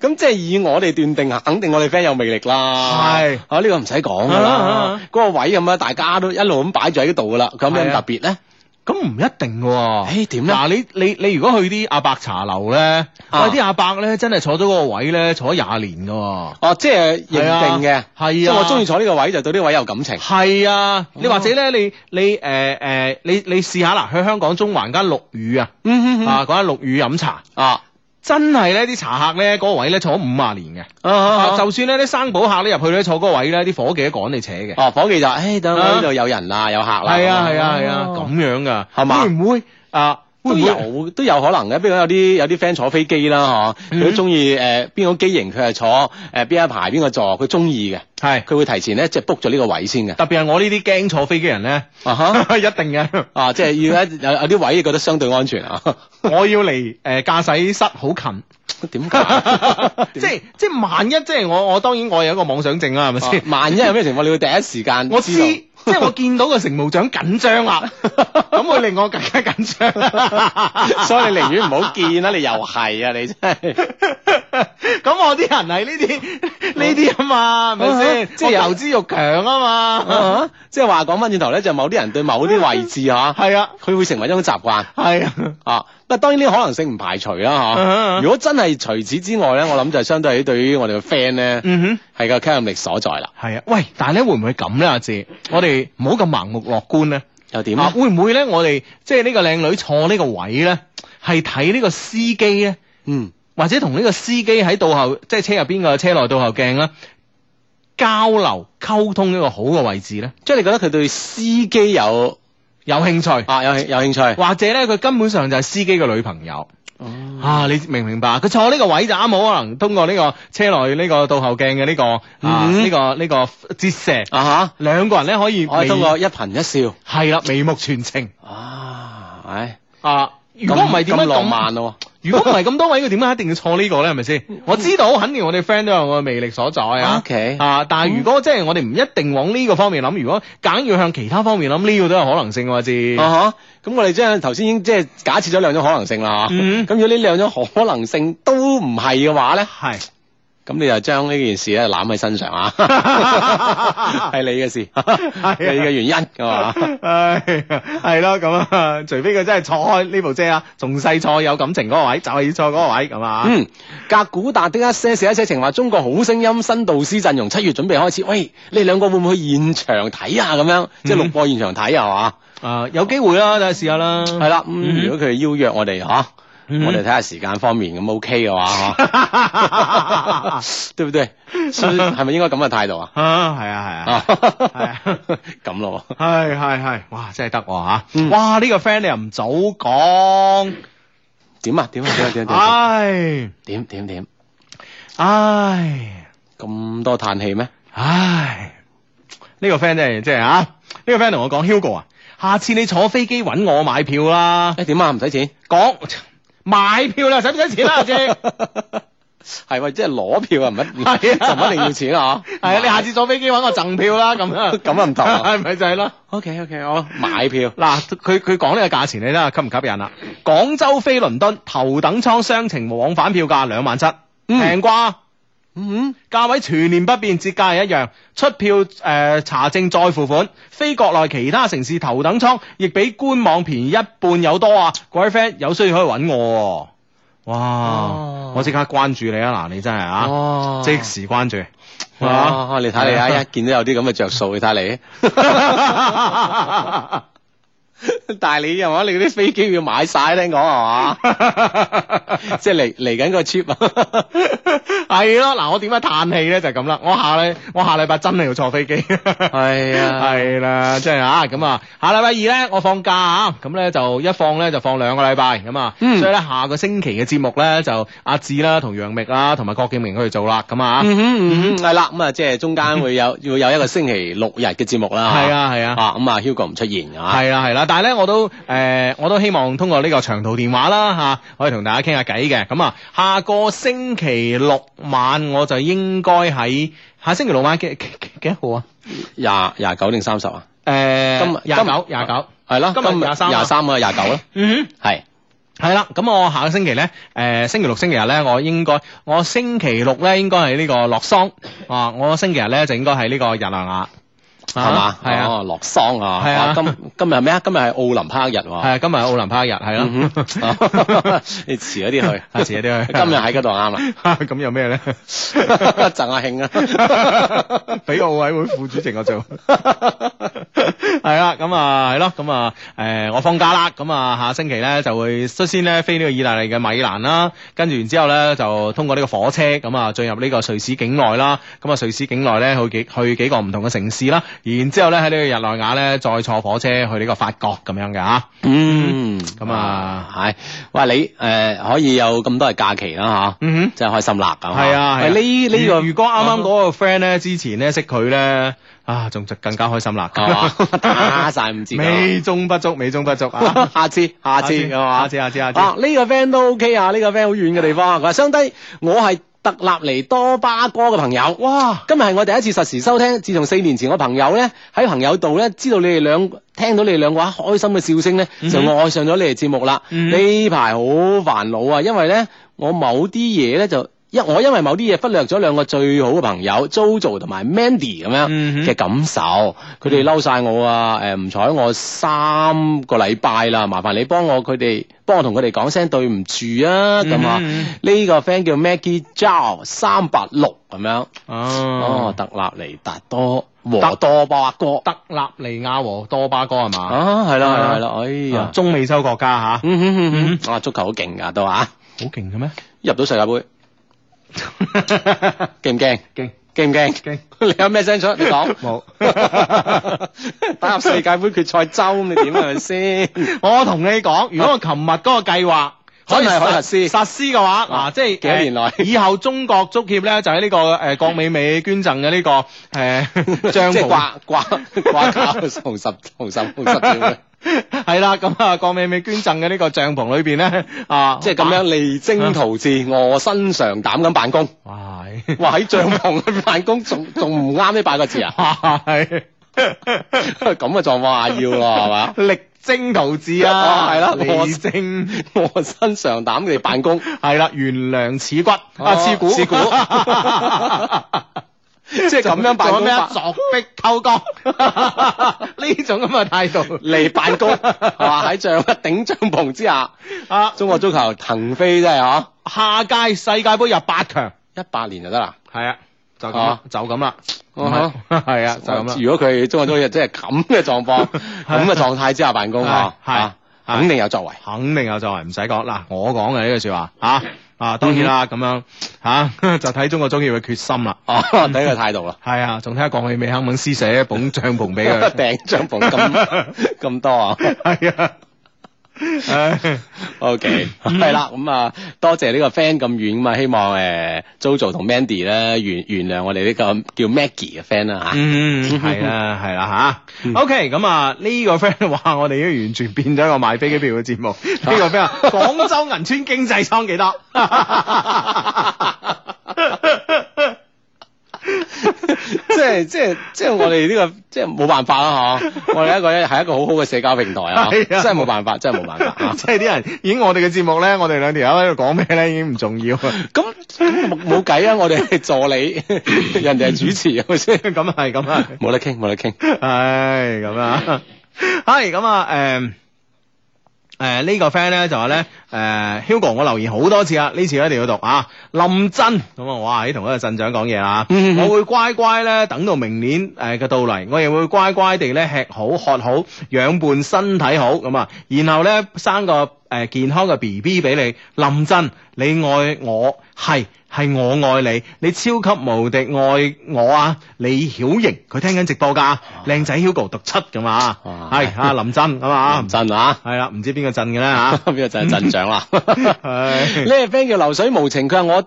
咁即係以我哋斷定，啊肯定我哋 friend 有魅力啦。
係
啊，呢個唔使講噶
啊啊
啦
啊。
嗰個位咁啊，大家都一路咁擺住喺度噶啦。佢有咩
係
咁
啊
特別咧？
咁唔一定喎。
誒哎點咧
嗱，你你你如果去啲阿伯茶樓咧，
啊
喂啲阿伯咧真係坐咗嗰個位咧，坐咗廿年噶。
哦，即係認定嘅
係。啊
即係我中意坐呢個位，就對呢個位有感情。
係啊，你或者咧，你你誒誒，你你試下啦，去香港中環間陸羽啊，
嗯
啊嗰間陸羽飲茶，
啊
真係咧啲茶客咧嗰個位咧坐五廿年嘅。
啊
啊，
啊！
就算呢啲生保客咧入去咧坐嗰個位咧，啲伙計都趕你扯嘅。
哦，伙計就誒，等我
啊
呢度有人啦，有客啦。
係啊啊係啊係啊，
哦
咁樣噶，
係嘛
會唔會啊？會唔
都
會
有都有可能嘅，比如有啲有啲 friend 坐飛機啦，嗬，佢都
嗯
中意誒邊個機型，佢係坐誒邊一排邊個座，佢中意嘅，
係？
佢會提前咧即係 book 咗呢個位先嘅，
特別係我呢啲驚坐飛機人咧，
啊
一定
哈，
嘅。
啊即係要一有有啲位覺得相對安全啊，
我要離誒駕駛室好近，
點
啊
解？
即係即係萬一即係我我當然我有一個妄想症啦，係咪
啊
先？
萬一有咩情況，你會第一時間
我知，
道
即係我見到個乘務長緊張 啦，咁會令我更加緊張。
所以你寧願唔好見啦，你又係啊，你真係。
咁我啲人係呢啲 呢啲啊嘛，係咪
啊
先？
即
即
係
係
有
求知欲強啊嘛，
啊即係話講翻轉頭咧，就某啲人對某啲位置嚇，
係啊，
佢會成為一種習慣。
係啊。
啊，不過當然呢個可能性唔排除啦
嗯嗯
嚇。
嗯
如果真係除此之外咧，我諗就係相對於對於我哋嘅 friend 咧，
嗯
係個吸引力所在啦。
哼，係啊，喂，但係咧會唔會咁咧，阿志？我哋唔好咁盲目樂觀咧。
又點
啊，
啊？
會唔會咧？我哋即係呢個靚女坐呢個位咧，係睇呢個司機咧，
嗯，
或者同呢個司機喺倒後，即係車入邊個車內倒後鏡咧交流溝通一個好嘅位置咧，
即係你覺得佢對司機有
有興趣，
啊有興有興趣？
或者咧佢根本上就係司機嘅女朋友。
嗯
啊！你明唔明白？佢坐呢個位就啱好可能通過呢個車內呢個倒後鏡嘅呢個啊
嗯
呢個呢個折射，
啊
兩個人咧可以
嚇！我
眉
係通過一顰一笑
係啦，眉目傳情
啊，唉，
啊！如果唔係點解
咁浪漫咯？
如果唔係咁多位，佢點解一定要錯呢個咧？係咪先？我知道肯定我哋 friend 都有我嘅魅力所在啊。
嗯 OK 嗯
啊，但係如果即係我哋唔一定往呢個方面諗，如果梗要向其他方面諗，呢個都有可能性喎，知。
啊嚇！咁我哋即係頭先已經即係假設咗兩種可能性啦嚇。
嗯
咁如果呢兩種可能性都唔係嘅話咧？
係
咁你就將呢件事咧攬喺身上啊，係你嘅事，
啊
你嘅原因㗎嘛。
唉，啊係咯，咁啊，除非佢真係坐開呢部車啊，仲細坐有感情嗰個位，就係要坐嗰個位咁啊。
嗯，格古達的一些事一些情話中國好聲音新導師陣容七月準備開始，喂，你兩個會唔會去現場睇啊？咁樣即係錄播現場睇啊，
啊，有機會啦，等下試下啦。
係嘛？係啦，咁
嗯
如果佢邀約我哋嚇，
嗯
我哋睇下時間方面咁 OK 嘅話，
啊，
嚇對唔對？所以係咪應該咁嘅態度啊？
係啊，
啊，
係啊，係啊。
咁咯喎，
係係係，哇！真係得喎嚇，
嗯
哇！呢、個 friend 你又唔早講，
點啊？點啊？點啊？點啊？
唉
點啊點啊點點
唉
咁多嘆氣咩？
唉，呢、個 friend 真係真係啊！呢、個 friend 同我講，Hugo 啊，下次你坐飛機揾我買票啦，
誒點啊？唔使錢。
講買票啦，使唔使錢啊啦，阿 姐？
係喂，即係攞票啊，唔 一
係
就
啊
唔一定要錢啊。
係啊，你下次坐飛機揾我贈票啦， 咁樣
咁啊唔同啊
係咪就係咯？
OK OK，我買票
嗱，佢佢講呢個價錢，你睇下吸唔吸引啊啦？廣州飛倫敦頭等艙雙程往返票價兩萬七，平啩？
嗯，
價位全年不變，折價係一樣。出票誒、呃查證再付款，非國內其他城市頭等艙亦比官網便宜一半有多啊！各位 friend 有需要可以揾我喎。哇！
哦
我即刻關注你啊！嗱，你真係啊，
哦
即時關注。啊
哇！你睇 你啊，一見到有啲咁嘅着數，你睇你，但係你又話你嗰啲飛機要買晒，聽講 係嘛？即係嚟嚟緊個 trip 啊，
係咯，嗱，我點解嘆氣咧？就係咁啦，我下禮我下禮拜真係要坐飛機。
係啊，
係啦，即係啊，咁啊，下禮拜二咧，我放假啊，咁咧就一放咧就放兩個禮拜咁啊，
嗯
所以咧下個星期嘅節目咧就阿志啦、同楊冪啦、同埋郭敬明佢哋做啦，咁啊，
嗯哼嗯哼，係啦，咁啊，即係中間 會有要有一個星期六日嘅節目啦，
係啊係啊
啊咁啊，Hugo 唔出現啊，
係啦係啦，但係咧我我都誒、呃我都希望通過呢個長途電話啦嚇、可以同大家傾下偈嘅。咁啊，下個星期六晚我就應該喺下星期六晚幾幾幾幾多號啊？
廿廿九定三十啊？
誒，
今
廿九廿九，
係咯，
今日
今日
23啊
廿三啊，廿九啦，
嗯
係
哼，係啦。咁我下個星期咧，誒、星期六、星期日咧，我應該我星期六咧應該係呢個洛桑啊，我星期日咧就應該係呢個日內瓦，
係嘛？
係啊。
哦，洛桑啊，
係啊
哇今今日係咩啊？今日係奧林匹克
係
日喎，
啊，今日係奧林匹克日係
嗯
咯，
哼你遲咗啲 去，
下次一啲去。
今日喺嗰度 啱啦，
咁有咩咧？
贈阿慶啊，
俾奧委會副主席我做，係啦，咁啊，係咯，咁啊，誒，我放假啦，咁啊，下星期咧就會率先咧飛呢個意大利嘅米蘭啦，跟住然之後咧就通過呢個火車咁啊進入呢個瑞士境內啦，咁啊瑞士境內咧去幾去幾個唔同嘅城市啦，然之後咧喺呢個日內瓦咧再坐火車去呢個法國咁樣嘅啊嚇。
嗯，
咁啊
係，哇，你誒可以有咁多嘅假期啦嚇，
嗯哼。
真係開心啦咁啊。
係啊，係啊
喂呢呢
如
個啊
如果啱啱嗰個 friend 咧，之前咧識佢咧，啊，仲就更加開心啦，
係嘛，打晒唔知㗎。
美中不足，美中不足啊！
下次， 下次係嘛
下次，下次，下次。
啊！呢、個 friend 都 OK 啊，呢、個 friend 好遠嘅地方，佢話相低，我係特立尼多巴哥嘅朋友。
哇！
今日係我第一次實時收聽，自從四年前我朋友咧喺朋友度咧知道你哋兩聽到你哋兩個開心嘅笑聲咧，就愛上咗你哋節目啦。
嗯
呢排好煩惱啊，因為咧我某啲嘢咧就。因我因為某啲嘢忽略咗兩個最好嘅朋友 Jojo 同埋 Mandy 咁樣
嗯哼
嘅感受，佢哋嬲晒我啊！誒唔睬我三個禮拜啦，麻煩你幫我佢哋幫我同佢哋講聲對唔住啊咁啊！
嗯
呢個 friend 叫 Maggie Zhao 三八六咁樣。哦
哦，，
特立尼達多和多巴哥
德立尼亞和多巴哥係嘛？
啊，係啦係啦
啊
係啦，哎呀，
中美洲國家吓，
嗯哼嗯哼，啊足球好勁噶都啊，
好勁嘅咩？
入到世界盃
勁
驚唔驚？驚唔驚？
勁
你有咩聲出？你講
冇。
打入世界盃決賽周，咁你點啊係咪先？
我同你講，如果我琴日嗰個計劃
真係可以
實
實施
實施嘅話，嗱，
啊
即係
幾多年內
呃以後中國足協咧就喺呢個誒郭美美捐贈嘅呢個 誒帳
即係
目
掛掛 掛卡紅十紅十紅十啊條，
係啦，咁啊，郭美美捐贈嘅呢個帳篷裏邊咧，啊，
即係咁樣，勵精圖治，卧薪嘗膽咁辦公。
哇，
哇！喺帳篷去辦公，仲仲唔啱呢八個字啊？
哇，係
咁嘅狀況下要咯，係嘛？
力精圖治
啊
啊，
係啦我
力精
我身上膽地辦公，
係啦，懸梁刺骨啊，
哦
刺股，
刺股即係咁樣辦
仲有
公
咩啊？
法
鑿壁偷光 呢種咁嘅態度
嚟辦公，係嘛？喺帳頂帳篷之下，
啊！
中國足球騰飛真係嗬，
下屆世界盃入八強，
一八年就得啦。
係啊，就咁
啊
啦，就咁啦，唔
啊
係 係啊，就咁啦。
如果佢中國足球即係咁嘅狀 況，咁嘅狀態之下辦公
係
啊，
係
啊
係
肯定有作為。
肯定有作為，唔使講。嗱，我講嘅呢句説話嚇啊，當然啦，咁樣嚇 就睇中國中意嘅決心啦。
哦，睇佢態 度啦。
係啊，仲睇下郭美美肯唔肯施捨捧帳篷俾 佢。
頂帳篷咁 咁多啊！
係啊，唉
O K，係啦，咁啊，多謝呢個 friend 咁遠嘛，希望誒 Jojo 同 Mandy 咧原原諒我哋呢個叫 Maggie 嘅 friend 啦嚇。
嗯，係啦，係啦吓 OK，咁啊呢個 friend 話我哋已經完全變咗一個賣飛機票嘅節目。呢個 friend 話廣州銀川經濟艙幾 多？
即係即係即係我哋呢個即係冇辦法 啦嗬，我哋一個咧係一個好好嘅社交平台啊，
係
真
啊
係冇辦法，真係冇辦法 啊！
即係啲人已經我哋嘅節目咧，我哋兩條友喺度講咩咧，已經唔重要。啊
咁冇冇計啊！我哋係助 理，人哋係主持，係咪先？
咁係咁啊，
冇得傾，冇得傾。
唉，咁啊，係咁啊，誒、誒、呃呢個 friend 咧就話咧，誒、Hugo 我留言好多次啊，呢次一定要讀啊，林真咁啊，哇喺同一個鎮長講嘢啦，
嗯
我會乖乖咧等到明年誒嘅到嚟，我亦會乖乖地咧吃好喝好，養伴身體好咁啊，然後咧生個誒、呃健康嘅 B B 俾你，林真你愛我係。係我愛你，你超級無敵愛我啊！李曉瑩佢聽緊直播㗎，靚仔 Hugo 讀七咁啊，
哇
係啊林真咁啊
唔，真啊，
係啦，唔知邊 個鎮嘅咧吓，
邊個就係鎮長啦。
係
呢個 friend 叫流水無情，佢話我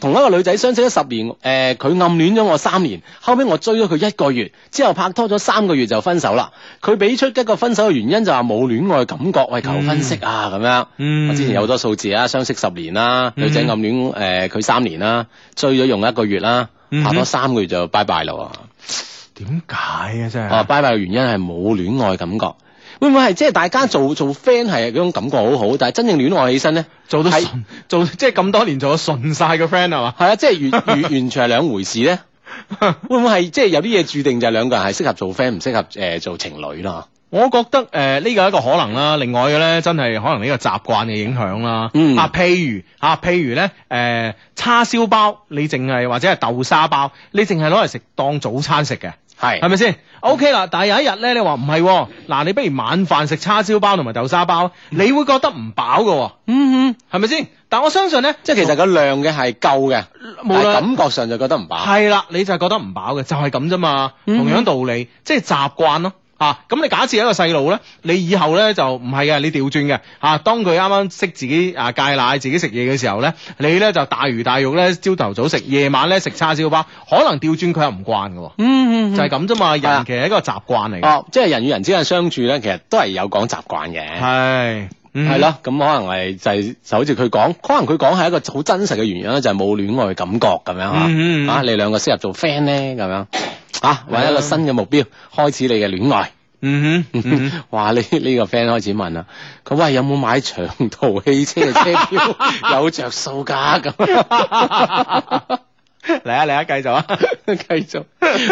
同一個女仔相識咗十年，誒、佢暗戀咗我三年，後尾我追咗佢一個月，之後拍拖咗三個月就分手啦。佢俾出一個分手嘅原因就話冇戀愛感覺，喂，求分析啊咁樣。
嗯
我之前有好多數字啊，相識十年啦，女仔
嗯
暗戀誒佢三年啦，追咗用一個月啦，
嗯
拍拖三個月就拜拜啦喎。
點解啊？真係
啊，拜拜嘅原因係冇戀愛感覺。會唔會係即係大家
嗯
做做 friend 係嗰種感覺好好，但係真正戀愛起身咧，
做到
係
順做即係咁多年做到順晒個 friend 係嘛？
係啊，即係 完完完全係兩回事咧。會唔會係即係有啲嘢注定就係兩個人係適合做 friend，唔適合誒、呃做情侶啦？
我覺得誒呢個一個可能啦，另外嘅咧真係可能呢個習慣嘅影響啦。
嗯
啊，譬如啊，譬如咧誒、叉燒包，你淨係或者係豆沙包，你淨係攞嚟食當早餐食嘅，
係
係咪先？OK 啦，但係有一日咧，你話唔係喎，嗱，你不如晚飯食叉燒包同埋豆沙包，你會覺得唔飽嘅喎，
嗯嗯，
係咪先？但我相信咧，
即係其實個量嘅係夠嘅，
無
但係
論
感覺上就覺得唔飽。
係啦，你就係覺得唔飽嘅，就係咁啫嘛。
啊嗯
同樣道理，即係習慣咯。啊，咁你假設一個細路咧，你以後咧就唔係嘅，你調轉嘅。啊，當佢啱啱識自己啊戒奶、自己食嘢嘅時候咧，你咧就大魚大肉咧，朝頭早食，夜晚咧食叉燒包，可能調轉佢又唔慣嘅喎。
嗯
就係咁啫嘛，
係啊
人其實係一個習慣嚟嘅。
哦，即係人與人之間相處咧，其實都係有講習慣嘅。
係，嗯
係，咯，咁可能係就係就好似佢講，可能佢講係一個好真實嘅原因咧，就係冇戀愛感覺咁樣嚇。
嗯嗯嗯
啊，你兩個適合做 friend 咧咁樣，啊，揾一個新嘅目標，開始你嘅戀愛。
嗯哼， 嗯哼
哇！呢呢個 friend 開始問啦，佢喂有冇買長途汽車嘅車 票？有着數㗎咁。
嚟啊嚟啊，繼續啊。
繼續，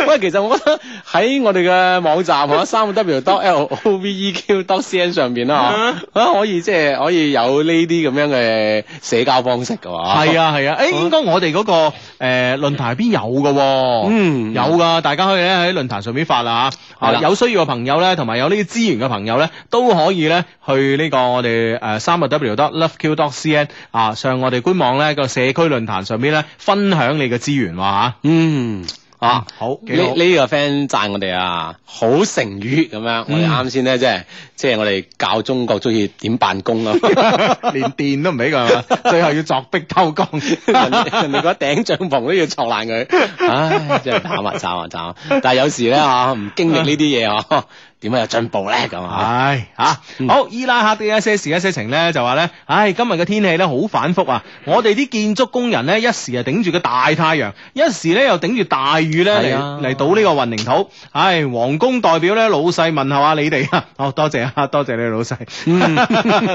喂，其實我覺得喺我哋嘅網 站啊，三個 W dot L O V E Q dot C N 上邊啦，啊可以即係可以有呢啲咁樣嘅社交方式嘅喎。
係，啊係啊，誒、應該我哋嗰、個誒、呃、論壇入邊有嘅喎、
嗯
有噶，大家可以咧喺論壇上面發啦嚇，
係
啊
啦
有需要嘅朋友咧，同埋有呢啲資源嘅朋友咧，都可以咧去呢個我哋誒三個 W dot loveq dot cn 啊，上我哋官網咧個社區論壇上邊咧分享你嘅資源話
嗯
嚇，
啊。
好
呢
幾好
呢個 friend 讚我哋啊，好成語咁
嗯
樣。我哋啱先咧，即係即係我哋教中國中意點辦公 啊，
連電都唔俾佢 係嘛，最後要作壁偷 光。
人人哋嗰頂帳篷都要戳爛佢，唉，真係慘啊慘啊慘啊！但係有時咧嚇，唔經歷呢啲嘢嚇，點解有進步咧咁啊？
唉，吓、
嗯
好！伊拉克啲一些事一些情咧，就話咧，唉，今日嘅天氣咧好反覆啊！我哋啲建築工人咧，一時啊頂住個大太陽，一時咧又頂住大雨咧
係啊
嚟嚟倒呢個混凝土。唉，皇宮代表咧老細問候下你哋 啊！哦，多謝啊，多謝你老細，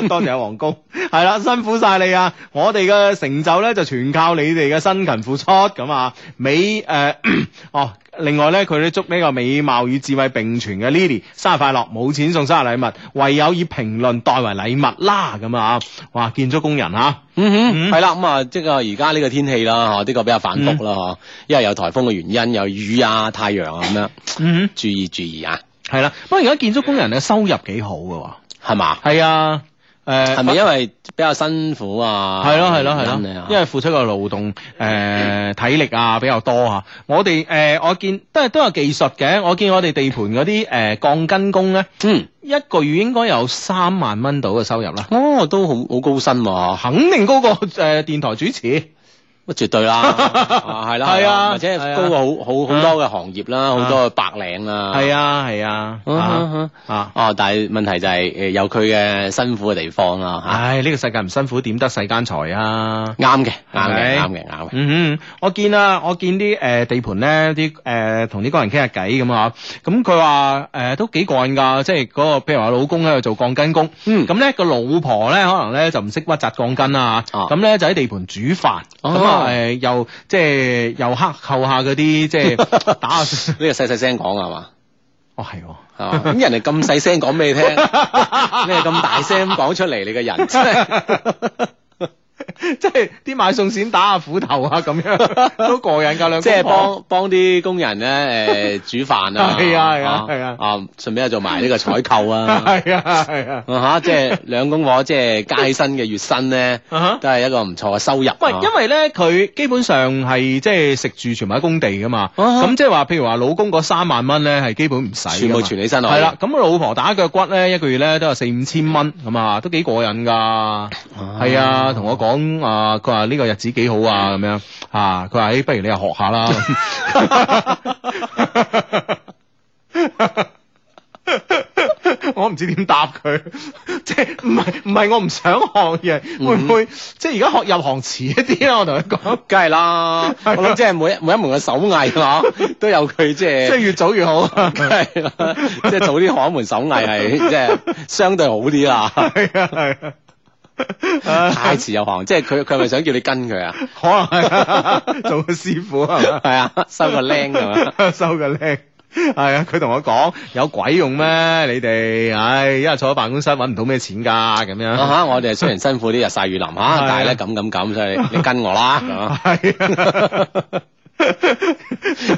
多謝啊皇宮。係啦，辛苦晒你啊！我哋嘅成就咧就全靠你哋嘅辛勤付出咁啊！美誒、呃 哦。另外咧，佢都祝呢個美貌與智慧並存嘅 Lily 生日快樂，冇錢送生日禮物，唯有以評論代為禮物啦咁啊！哇，建築工人啊，
嗯哼，係啦，咁啊，即係而家呢個天氣啦，嚇，的確比較反覆啦，
嗯
嚇，因為有颱風嘅原因，有雨啊、太陽啊咁樣，
嗯，
注意注意啊，
係啦。不過而家建築工人嘅收入幾好嘅
係嘛
喎，？係啊，誒
係咪因為比較辛苦啊？
係咯係咯係
原因啊
咯，因為付出嘅勞動誒、呃、體力啊比較多啊。我哋誒、呃我見都係都有技術嘅，我見我哋地盤嗰啲誒鋼筋工咧，
嗯，
一個月應該有三萬蚊到嘅收入啦，
哦，都好好高薪喎，
肯定高過誒、呃、電台主持。
乜絕對 啦，啊係啦，
係啊
或者
係啊啊
高過好好好多嘅行業啦，好多嘅白領啦，
係啊係啊
嗯哼
啊
哼
啊！
哦，但係問題就係誒有佢嘅辛苦嘅地方啦
唉，呢個世界唔辛苦點得世間財啊！
嚇，啱嘅，啱
係咪
嘅，啱嘅，啱嘅，
嗯哼，我見啊，我見啲誒、呃地盤咧，啲誒同啲工人傾下偈咁啊，咁佢話誒都幾過癮㗎，即係嗰、個譬如話老公喺度做鋼筋工，
嗯，
咁咧個老婆咧可能咧就唔識屈紮鋼筋啊，
哦
咁咧就喺地盤煮飯，咁啊
哦
誒又即係又克扣下嗰啲即 係打下，
呢個細細聲講係嘛？
哦係喎。
係嘛啊咁人哋咁細聲講俾你 聽，你係咁大聲咁講出嚟，你個人真係
即係啲買餸閃打下斧頭啊，咁 樣都過癮㗎兩公婆
即係幫幫啲工人咧誒煮飯啊，
係啊係啊係啊
啊順便又做埋呢個採購 啊，
係啊係啊。
啊嚇，即係兩公婆即係加起身嘅月薪咧，
啊哈
都係一個唔錯嘅收入。
喂，
啊
因為咧佢基本上係即係食住全部喺工地噶嘛，
啊
咁即係話譬如話老公嗰三萬蚊咧係基本唔使㗎嘛，
全部存起身落去
係啦，咁老婆打腳骨咧一個月咧都有四五千蚊咁啊，都幾過癮㗎。係啊，同我講咁啊，佢話呢個日子幾好啊，咁樣啊，佢話誒，不如你又學下 啦。我唔知點答佢，即係唔係唔係我唔想學，而
嗯
係會唔會即係而家學入行遲一啲啦？我同佢講，
梗係啦，我諗即係每一每一門嘅手藝 嗬，都有佢即
即
係
係。越啊早越好。
系啦，即 係早啲學一門手藝係即係相對好啲啦。
係啊係啊，
太遲入行，即係佢佢係咪想叫你跟 佢啊？
可能係啊 做個師傅係嘛。
係啊， 收個僆咁 啊！
收個靚。系啊，佢同我講有鬼用咩？你哋，唉，一日坐喺辦公室揾唔到咩錢㗎咁
啊
樣。
哈！我哋雖然辛苦啲，日曬雨淋嚇， 但係啊咧咁咁咁，所以你你跟我啦，咁 啊
係啊。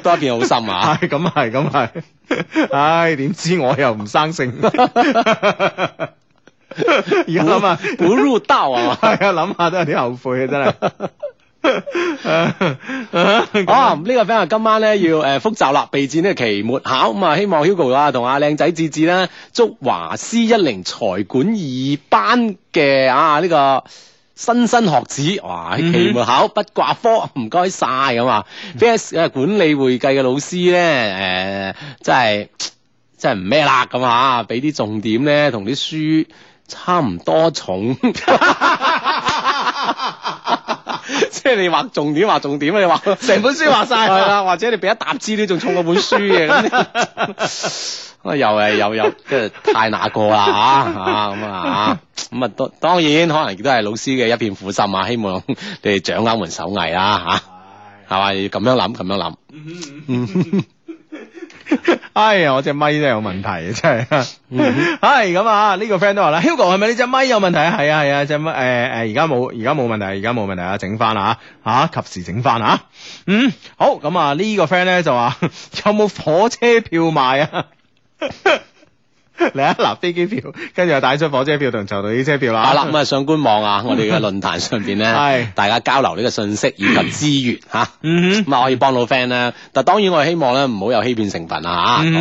多一遍好心啊！
係咁係咁係，唉，點知我又唔生性。 而家
啊
諗下，
不入道啊！
係啊，諗下都有啲後悔啊，真 啊係。
哦，呢、個 friend 話今晚咧要誒、呃、複習啦，備戰呢個期末考咁啊，希望 Hugo 啊同阿靚仔志志啦，祝華師一零財管二班嘅啊呢、個。新生學子，哇！
嗯哼嗯
期末考不掛科，唔該晒咁啊！B.S. 誒管理會計嘅老師咧，誒、呃真係真係唔咩啦咁啊！俾啲重點咧，同啲書差唔多 重。即係你畫重點畫重點，你畫
成本書畫晒
係啦，或者你俾一沓資料仲重過本書 嘅咁，啊又係又又即係太那個啦嚇嚇咁啊嚇，咁啊當當然可能亦都係老師嘅一片苦心啊，希望你哋掌握門手藝啦嚇，係嘛要咁樣諗咁樣諗，
哎呀，我只咪真係有問題啊，真係。係咁啊，呢個 friend 都話啦，Hugo 係咪你只咪有問題啊？係啊係啊，只咪誒誒，而家冇而家冇問題，而家冇問題啊，整翻啦嚇嚇，及時整翻啊。嗯，好咁啊，呢個 friend 咧就話 有冇火車票賣啊？ 嚟啊！嗱，飛機票，跟住又帶出火車票同籌到啲車票啦。
好啦咁啊上官網啊，我哋嘅論壇上邊 咧
係，
大家交流呢個信息以及資源嚇。
嗯哼，
咁啊可以幫到 friend 啦，但當然我係希望咧唔好有欺騙成分啊嚇，
嗯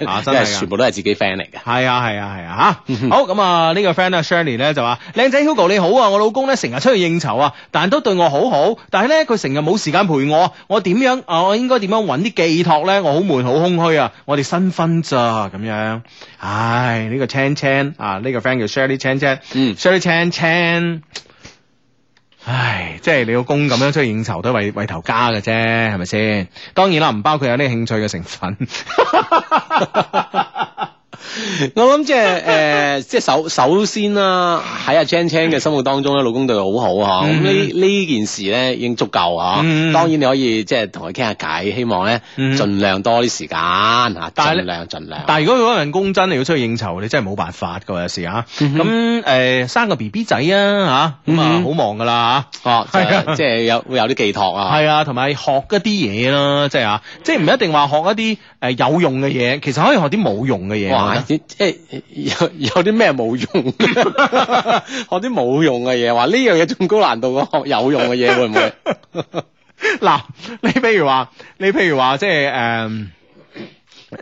因
啊真係
為
㗎
全部都係自己 friend 嚟嘅。嗯
係啊係啊係啊嚇。好咁啊，呢個 friend 咧 Shirley 咧就話：靚仔 Hugo 你好啊，我老公咧成日出去應酬啊，但都對我好好，但係咧佢成日冇時間陪我，我點樣啊？我應該點樣揾啲寄託咧？我好悶好空虛啊！我哋新婚咋咁樣？唉，呢個 Chan Chan 啊，呢個 friend 叫 Shirley Chan Chan。
嗯
Shirley Chan Chan，唉，即係你老公咁樣出去應酬都係為為頭家嘅啫，係咪先？當然啦，唔包括有呢個興趣嘅成分。
我諗即 係誒，即係首首先啦，喺阿 Chan Chan 嘅心目當中咧，老公對佢好好嚇。咁
嗯
呢呢件事咧已經足夠啊。
嗯
當然你可以即係同佢傾下偈，希望咧
嗯
盡量多啲時間嚇，
但係
盡
咧
量盡量。
但係如果佢嗰份工真係要出去應酬，你真係冇辦法㗎有時嚇。咁誒、生個 B B 仔啊嚇，咁啊
嗯
好忙㗎啦嚇。
哦，就
係啊
即係有會有啲寄託啊。
係啊，同埋學一啲嘢啦，即係啊，即係唔一定話學一啲誒有用嘅嘢，其實可以學啲冇用嘅嘢。我
哇！
覺得
即即係有有啲咩冇 用，學啲冇用嘅嘢，話呢樣嘢仲高難度過學有用嘅嘢，會唔會？
嗱，你譬如話，你譬如話，即係誒、嗯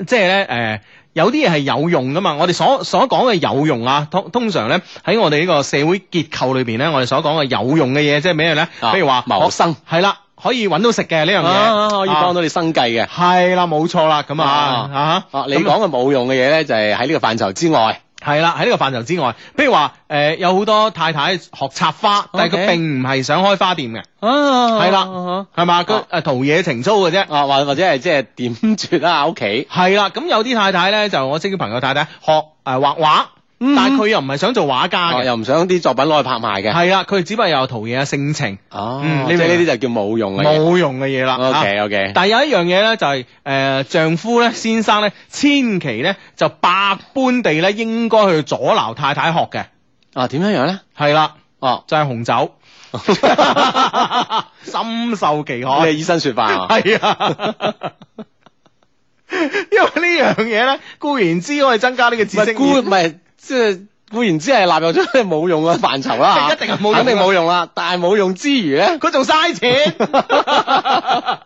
即係咧誒。有啲嘢係有用噶嘛，我哋所所講嘅有用啊，通通常咧喺我哋呢個社會結構裏邊咧，我哋所講嘅有用嘅嘢，即係咩咧？
啊
譬如話
謀生，
係啦，可以揾到食嘅呢樣
啊，
嘢，
可以幫到你生計嘅。
係啦，冇錯啦，咁啊
啊
啊，
啊，你
咁
講嘅冇用嘅嘢咧，就係喺呢個範疇之外。
係啦，喺呢個範疇之外，譬如話誒、有好多太太學插花，但係佢
OK
並唔係想開花店嘅，
啊
係
係
啦
啦，
係嘛？佢
啊
誒陶冶情操嘅啫。
啊或或者係即係點綴啦屋企，
係啦，咁有啲太太咧，就我識啲朋友太太學誒、呃、畫畫，
嗯
但係佢又唔係想做畫家
啊
嘅，
又唔想啲作品攞去拍賣嘅，
係啦，佢只不過哦有陶冶性情，
哦，
嗯
即
呢
係呢
個
啲就叫冇用嘅嘢。
冇用嘅嘢啦。
O
啊
K O K，
但係有一樣嘢咧，就係、呃丈夫咧、先生咧，千祈咧就百般地咧，應該去阻撓太太學嘅，
啊點樣樣咧？
係啦，
哦，
就係、紅 酒，深受其害
你係。醫生説法啊？
系啊， 因為呢樣嘢咧，固然之可以增加呢個知
唔係
識
固
面，
唔係即係固然之係納入咗你冇用嘅範疇啦，
一定係冇用啊啦
肯定冇用啦。但係冇用之餘咧，
佢仲嘥錢。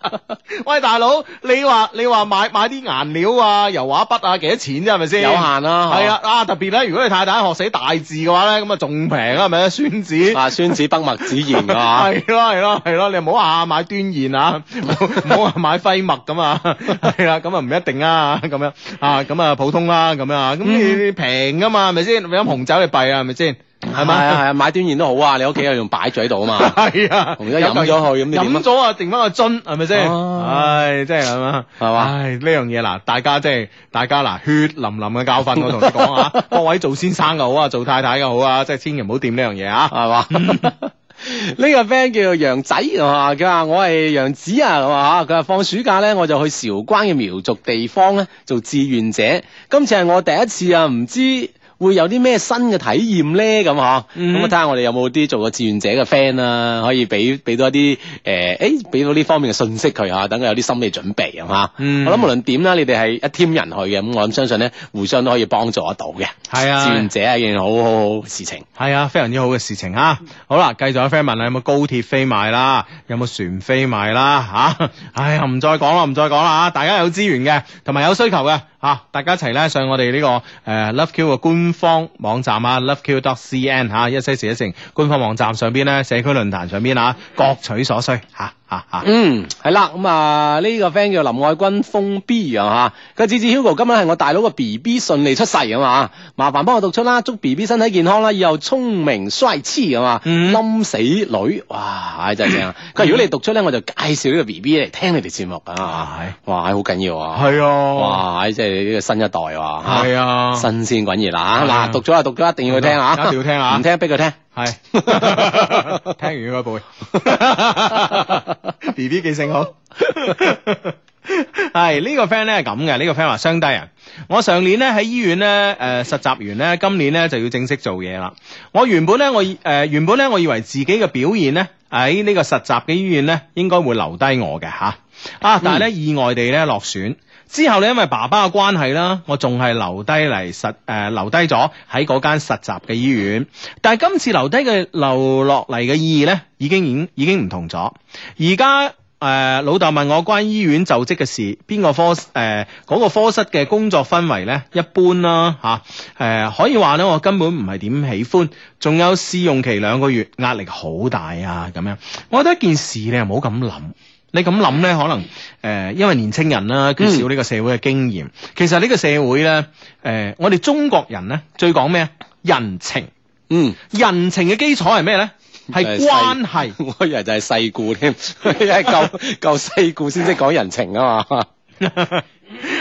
喂，大佬，你話你話買買啲顏料啊、油畫筆啊，幾多錢啫？係咪先？
有限啦，
係啊，啊特別咧，如果你太太學寫大字嘅話咧，咁啊仲平啦，係咪啊？宣紙
嗬，啊，孫子北墨子言啊，
係咯係咯係咯，你唔好下下買端硯啊， 唔好話買徽墨咁啊， 係啦，咁啊唔一定啊，咁樣啊，咁啊普通啦，咁樣啊，咁
嗯
你平噶嘛，係咪先？你飲紅酒你弊啊，係咪先？係
係啊，
咪？
係啊，買端硯都好啊，你屋企有用擺住喺度啊嘛。
係啊，
同而家飲咗佢咁你點啊
飲咗啊，定翻個樽係咪先？
哦
唉，真係咁啊，
係嘛
唉，呢樣嘢嗱，大家即係大家嗱，血淋淋嘅教訓，我同你講啊， 各位做先生嘅好啊，做太太嘅好啊，即係千祈唔好掂呢樣嘢啊。
係嘛？ 呢個 friend 叫做楊仔啊，佢話我係楊子啊，咁啊，佢話放暑假咧，我就去韶關嘅苗族地方咧做志願者。今次係我第一次啊，唔知會有啲咩新嘅體驗咧，咁嗬。
嗯
咁啊，睇下我哋有冇啲做過志願者嘅 friend 啊，可以俾俾多一啲誒，誒俾到呢方面嘅信息佢嚇，等佢有啲心理準備啊嚇。
嗯
我諗無論點啦，你哋係一 team 人去嘅，咁我諗相信咧，互相都可以幫助得到嘅。
係啊
志願者係一件好好好嘅事情。
係啊，非常之好嘅事情啊！好啦，繼續有 friend 問你有冇高鐵飛賣啦，有冇船飛賣啦吓、唉，唔再講啦，唔再講啦啊！大家有資源嘅，同埋有需求嘅吓、啊大家一齊咧上我哋呢、個誒、LoveQ 嘅官方網站啊，LoveQ.cn 吓、一些事一些情官方網站上邊咧，社區論壇上邊啊，各取所需吓吓吓。
嗯，系啦，咁啊呢個 friend 叫林愛君封 B 啊吓，佢話子子 Hugo 今日係我大佬個 B B 順利出世啊嘛，麻煩幫我讀出啦，祝 B B 身體健康啦，以後聰明帥痴啊嘛，
嗯
冧死女，哇，唉真係 正啊！佢話如果你讀出咧，我就介紹呢個 B B 嚟聽你哋節目啊，
係
哇，唉好緊要啊，
係啊，
哇，唉即係呢個新一代啊，
係啊，
新鮮滾熱啦，
係啊
嗱讀咗啊讀咗，一定要去聽啊，
一定要聽啊
唔聽逼佢聽。
係聽完應該背 B B 記性好。係呢、個 friend 咧係咁嘅，呢、個 friend 話雙低人。我上年咧喺醫院咧誒、呃、實習完咧，今年咧就要正式做嘢啦。我原本咧我以誒、呃原本咧我以為自己嘅表現咧喺呢個實習嘅醫院咧應該會留低我嘅吓啊，但係咧、意外地咧落選。之後咧，因為爸爸嘅關係啦，我仲係留低嚟實誒、呃留低咗喺嗰間實習嘅醫院。但係今次留低嘅留落嚟嘅意義咧，已經已經已經唔同咗。而家誒老豆問我關於醫院就職嘅事，邊個科誒嗰、個科室嘅工作氛圍咧一般啦嚇，誒、可以話咧我根本唔係點喜歡，仲有試用期兩個月，壓力好大啊咁樣。我覺得一件事你又唔好咁諗。你咁諗咧，可能誒、呃因為年青人啦，缺少呢個社會嘅經驗。其實呢個社會咧，誒、我哋中國人咧最講咩啊？人情，
嗯，
人情嘅基礎係咩咧？係
就係
關係。
我以為就係世故添， 因為夠夠世故先識講人情啊嘛。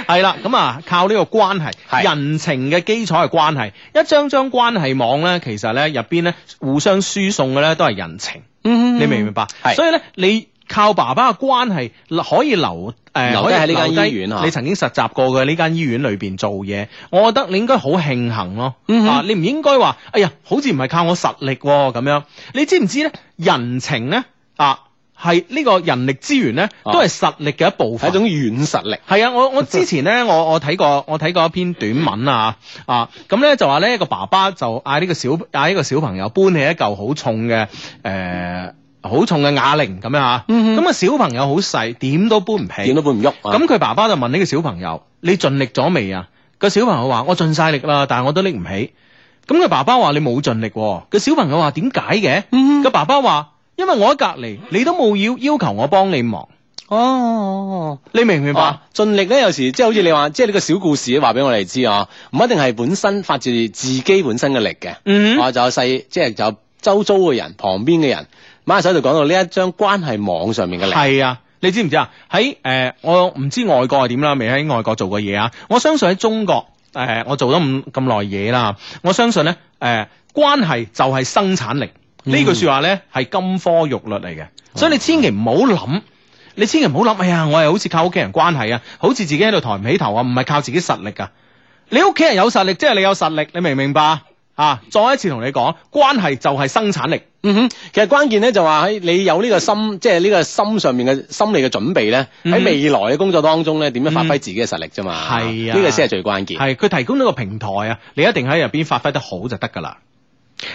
系啦，咁啊，靠呢個關係，
係
人情嘅基礎係關係，一張張關係網咧，其實咧入邊咧互相輸送嘅咧都係人情，
嗯
你明唔明白？
係
所以咧你。靠爸爸嘅關係可以留誒、呃
留低喺呢間
可以留低
醫院啊
你曾經實習過嘅呢間醫院裏邊做嘢，我覺得你應該好慶幸咯。
嗯哼
啊，你唔應該話，哎呀，好似唔係靠我實力喎咁、樣。你知唔知咧？人情咧啊，係呢個人力資源咧，
啊
都係實力嘅一部
係
分
一。種軟實力。
係啊，我我之前 咧，我我睇過我睇過一篇短文啊啊，咁咧就話咧個爸爸就嗌呢個小嗌呢個小朋友搬起一嚿好重嘅誒好重嘅啞鈴咁樣啊，
嗯哼
咁啊小朋友好細，點都搬唔
點
起
都。搬唔喐啊！
咁佢爸爸就問呢個小朋友：你盡力咗未啊？個小朋友話：我盡晒力啦，但係我都拎唔起。咁佢爸爸話：你冇盡力喎。個小朋友話：點解嘅？
嗯
個爸爸話：因為我喺隔離，你都冇要要求我幫你忙，
哦，
你明唔明
明
白？
白。盡力咧，有時即係好似你話，即係呢個小故事話俾我哋知啊，唔一定係本身發自自己本身嘅力嘅，
嗯
啊，就有細即係就有周遭嘅人、旁邊嘅人。馬手就講到呢一張關係網上面嘅力，
係啊。你知唔知啊？喺誒、呃我唔知外國係點啦，未喺外國做過嘢啊。我相信喺中國，誒、我做咗咁咁耐嘢啦，我相信咧，誒、關係就係生產力。
嗯
呢、句説話咧係金科玉律嚟嘅，
哦
所以你千祈唔好諗，你千祈唔好諗，哎呀，我係好似靠屋企人關係啊，好似自己喺度抬唔起頭啊，唔係靠自己實力啊。你屋企人有實力，即係你有實力，你明唔明白啊？再一次同你講，關係就係生產力。
嗯哼，其實關鍵咧就話喺你有呢個心，即係呢個心上面嘅心理嘅準備咧，
嗯
喺未來嘅工作當中咧，點樣發揮自己嘅實力啫嘛？
係啊
呢個先係最關鍵。
係佢提供呢個平台啊，你一定喺入邊發揮得好就得㗎啦。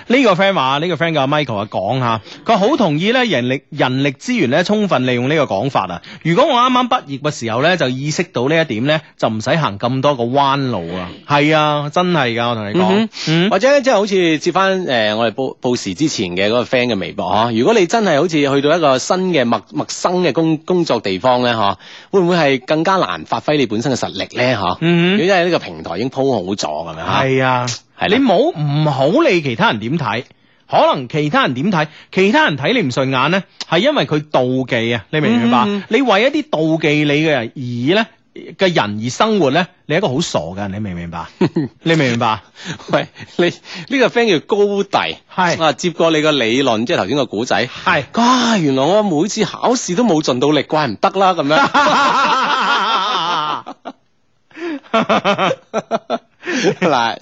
呢個 friend 話，呢個 friend 叫阿 Michael 啊，講吓，佢好同意咧人力人力資源咧充分利用呢個講法啊。如果我啱啱畢業嘅時候咧就意識到呢一點咧，就唔使行咁多個彎路啊。係啊，真係噶，我同你講
嗯，
嗯
或者咧，即係好似接翻誒、呃我哋報報時之前嘅嗰個 friend 嘅微博
嗯
呵。如果你真係好似去到一個新嘅陌陌生嘅工工作地方咧，嗬，會唔會係更加難發揮你本身嘅實力咧？嗬、如
嗯
果
哼，
因為呢個平台已經鋪好咗咁樣嚇，
係啊，
係
你
啦
冇唔好理其他人點睇。可能其他人點睇，其他人睇你唔順眼咧，係因為佢妒忌啊！你明唔明白？
嗯嗯
你為一啲妒忌你嘅人而咧嘅人而生活咧，你係一個好傻嘅人，你明唔明 白？你明唔明白？
喂，你呢、個 friend 叫高弟，
係
啊，接過你個理論，即係頭先個古仔，
係。
啊，原來我每次考試都冇盡到力，怪唔得啦咁 樣。嗱，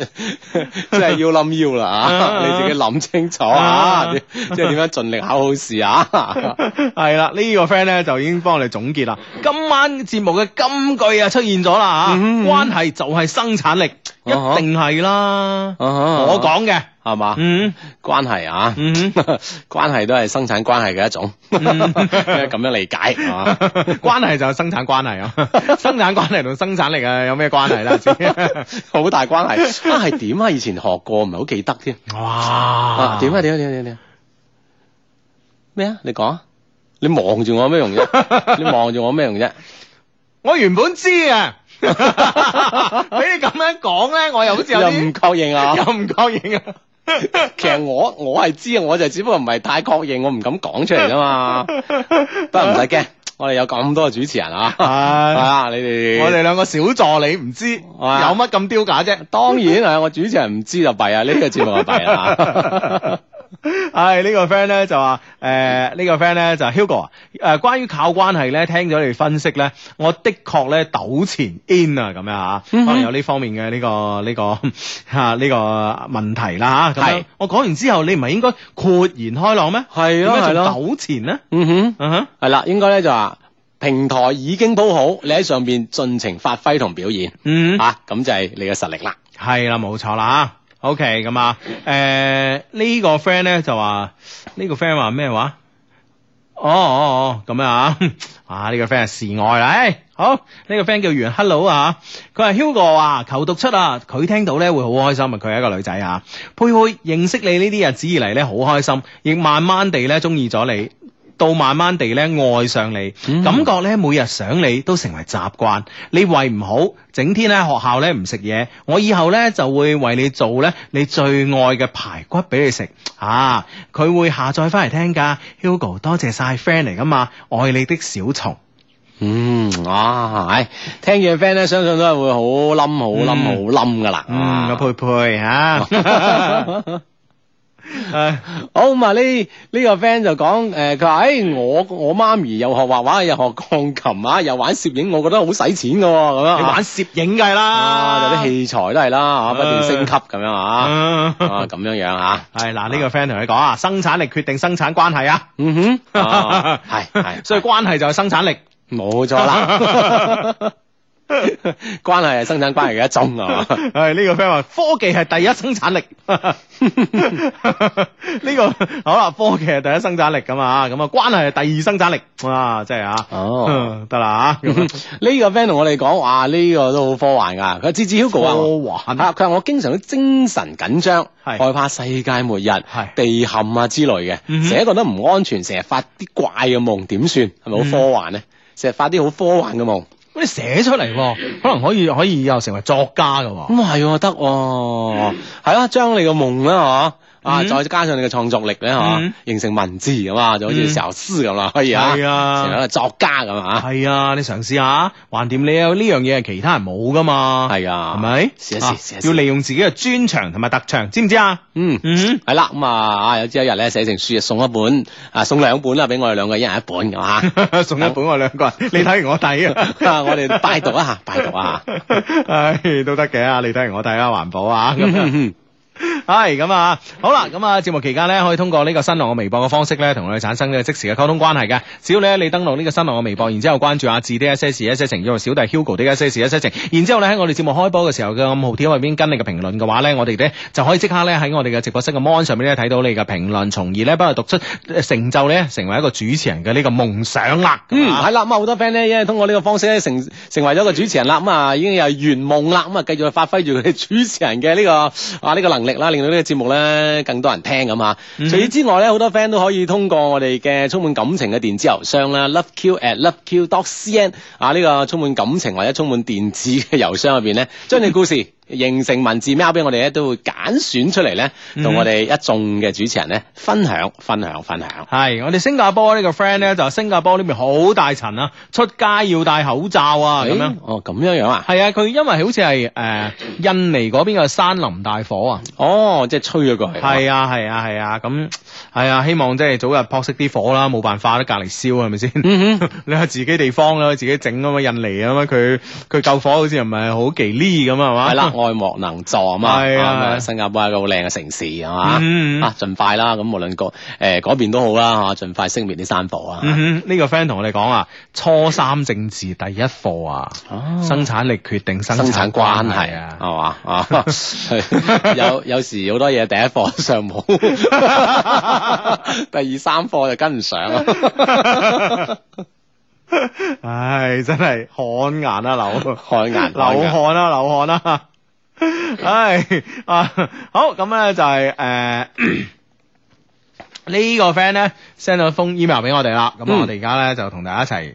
真係要諗要啦啊！你自己諗清楚啊，即係點樣盡力考好試啊！
系啦，呢、個 friend 咧就已經幫我哋總結啦。今晚節目嘅金句啊出現咗啦吓，
嗯
關係就係生產力，一
啊哈
定係啦。我
我
講嘅，
係嘛，
嗯
關係啊，
嗯哼。
關係都係生產關係嘅一種， 咁樣理解啊係嘛？
關係就係生產關係 啊，生產關係同生產力啊有咩關係啦？知
好大關係啊！係點啊？以前學過，唔係好記得添
哇
啊！點啊？點啊？點啊？點啊點啊？咩啊？你講啊！你望住我有咩用 啫？你望住我有咩用啫？
我原本知 啊，俾你咁樣講咧，我又好似有
又
啲
唔確認啊！
又唔確認啊。
其實我我係知，啊我就只不過唔係太確認，我唔敢講出嚟啫 嘛。不過唔使驚，我哋有咁多嘅主持 人啊，
唉，
啊你哋
我哋兩個小助理唔知有
啊
乜咁丟架啫。
當然啊，我主持人唔知就弊啊，呢、個節目就弊啊 啦。
唉，呢個 friend 咧就話，誒呢個 friend 咧就 Hugo 啊，誒關於靠關係咧，聽咗你分析咧，我的確咧糾纏 in 啊咁樣嚇，可
嗯哼
能有呢方面嘅呢個呢個 嚇呢個問題啦啊嚇。咁樣
係
我講完之後，你唔係應該豁然開朗咩？
係
點
咯
解仲
係咯，
糾纏咧？
嗯哼，
嗯哼，
係啦，應該咧就話平台已經鋪好，你喺上邊盡情發揮同表現
嗯。
啊，咁就係你嘅實力啦。
係啦，冇錯啦。OK，咁啊，誒、呢、個 friend 咧就話，呢、個 friend 話咩話？哦哦哦，咁樣啊， 啊呢、個 friend 係示愛啦，唉好呢、個 friend 叫袁 Hello 啊，佢話 Hugo 啊，求讀出啊，佢聽到咧會好開心啊，佢係一個女仔啊，佩佩認識你呢啲日子以嚟咧好開心，亦慢慢地咧中意咗你。到慢慢地咧愛上你，
嗯
感覺咧每日想你都成為習慣。你胃唔好，整天咧學校咧唔食嘢，我以後咧就會為你做咧你最愛嘅排骨俾你食。啊，佢會下載翻嚟聽㗎。Hugo 多謝晒 friend 嚟㗎嘛，愛你的小蟲。
嗯，哇，唉聽住 friend 咧，相信都係會好冧、好冧、
嗯
好冧噶啦。
嗯，
啊
個佩佩啊 嚇。誒
好咁啊！呢呢個 friend 就講誒，佢話誒我我媽咪又學畫畫，又學鋼琴啊，又玩攝影，我覺得好使錢噶喎，咁樣啊
你玩嗯攝影㗎啦，
啊，有啲器材都係啦，啊嚇不斷升級咁樣啊，
啊。
啊咁樣樣啊，
係嗱，呢個 friend 同你講啊，生產力決定生產關係啊。
嗯哼， 啊係
係，
係，
所以關係就係生產力。
冇錯 啦，關係係生產關係嘅一種 啊，
係呢個 friend 話科技係第一生產力， 呢個好啦，科技係第一生產力咁啊，咁啊關係係第二生產力，哇，真係啊，
哦。
嗯得啦啊，咁
呢個 friend 同我哋講，哇！呢、個都好科幻㗎。佢話志志 Hugo 啊，
科幻
啊！佢話我經常都精神緊張，
係
害怕世界末日、
係
地陷啊之類嘅，
嗯哼
成日覺得唔安全，成日發啲怪嘅夢，點算？係
嗯
咪好科幻咧？成日發啲好科幻嘅夢，
咁你寫出嚟喎，可能可以可以又成為作家噶，
咁啊係喎得喎，係啦，將你個夢啦嗬，啊，
嗯
再加上你嘅創作力咧
嗯
嗬，形成文字咁啊，就好似
嗯
小詩咁啦，可以啊，
係啊
成為一個作家咁啊，
係啊，你嘗試下，橫掂你有呢樣嘢係其他人冇噶嘛，
係啊，
係咪？
試一
啊
試，試一試，
要利用自己嘅專長同埋特長，知唔知啊？
嗯。
嗯，
系啦，咁啊啊，有朝一日咧寫成書，送一本啊，送兩本啦，俾我哋兩個一人一本咁啊，
送一本我兩個人，你睇完我睇啊。
啊我哋拜讀一 下，拜讀一下。
唉，都得嘅啊！你睇完我睇下環保啊，咁樣
嗯
系咁啊，好啦，咁啊，節目期間咧，可以通過呢個新浪嘅微博嘅方式咧，同我哋產生呢個即時嘅溝通關係嘅。只要咧你登錄呢個新浪嘅微博，然之後關注阿志的一些事一些情，以及啊小弟 Hugo 的一些事一些情，然之後咧喺我哋節目開播嘅時候嘅暗號貼入邊跟你嘅評論嘅話咧，我哋咧就可以即刻咧喺我哋嘅直播室嘅 mon 上面咧睇到你嘅評論，從而咧幫佢讀出呃成就咧成為一個主持人嘅呢個夢想啦。
嗯，
咁啊
係啦，咁啊好多 friend 咧，因為通過呢個方式咧，成成為咗個主持人啦，咁啊已經有圓夢啦，咁啊繼續發揮住佢哋主持人嘅呢、個啊呢、個能力啦，令到呢個節目咧更多人聽咁啊。
嗯
除此之外咧，好多 friend 都可以通過我哋嘅充滿感情嘅電子郵箱啦，loveq at loveq dot cn 啊呢、個充滿感情或者充滿電子嘅郵箱入邊 咧，將你故事。形成文字 mail 俾我哋咧，都會揀選出嚟咧，
嗯
同我哋一眾嘅主持人咧分享、分享、分享。
係，我哋新加坡呢個 friend 咧就話新加坡呢邊好大塵啊，出街要戴口罩啊咁樣
誒。哦，咁樣樣啊？
係啊，佢因為好似係誒印尼嗰邊嘅山林大火啊。
哦，即係吹咗過去。
係啊係啊係啊，咁係啊，希望即係早日撲熄啲火啦，冇辦法啦，隔離燒係咪先？
嗯哼，
你話自己地方啦，自己整啊嘛，印尼啊嘛，佢佢救火好似又唔係好忌呢咁啊係嘛？
係啦，，愛莫能助啊嘛，
係啊
咁啊新加坡係一個好靚嘅城市係嘛，
嗯嗯
啊，盡快啦，咁無論個誒嗰邊都好啦嚇，盡快熄滅啲山火 啊，
嗯哼，呢個 friend 同我哋講啊，初三政治第一課啊，
哦
生產力決定生
生產關係
係
啊，
啊。
係嘛啊， 係啊 有有時好多嘢第一課上冇， 第二三課就跟唔上啊，
唉，真係汗顏啊，流
汗顏
流汗啊，流汗啊！唉啊，好咁咧就係、誒。 呢個 friend 咧 send 咗封 email 俾我哋啦，咁
嗯
我哋而家咧就同大家一齊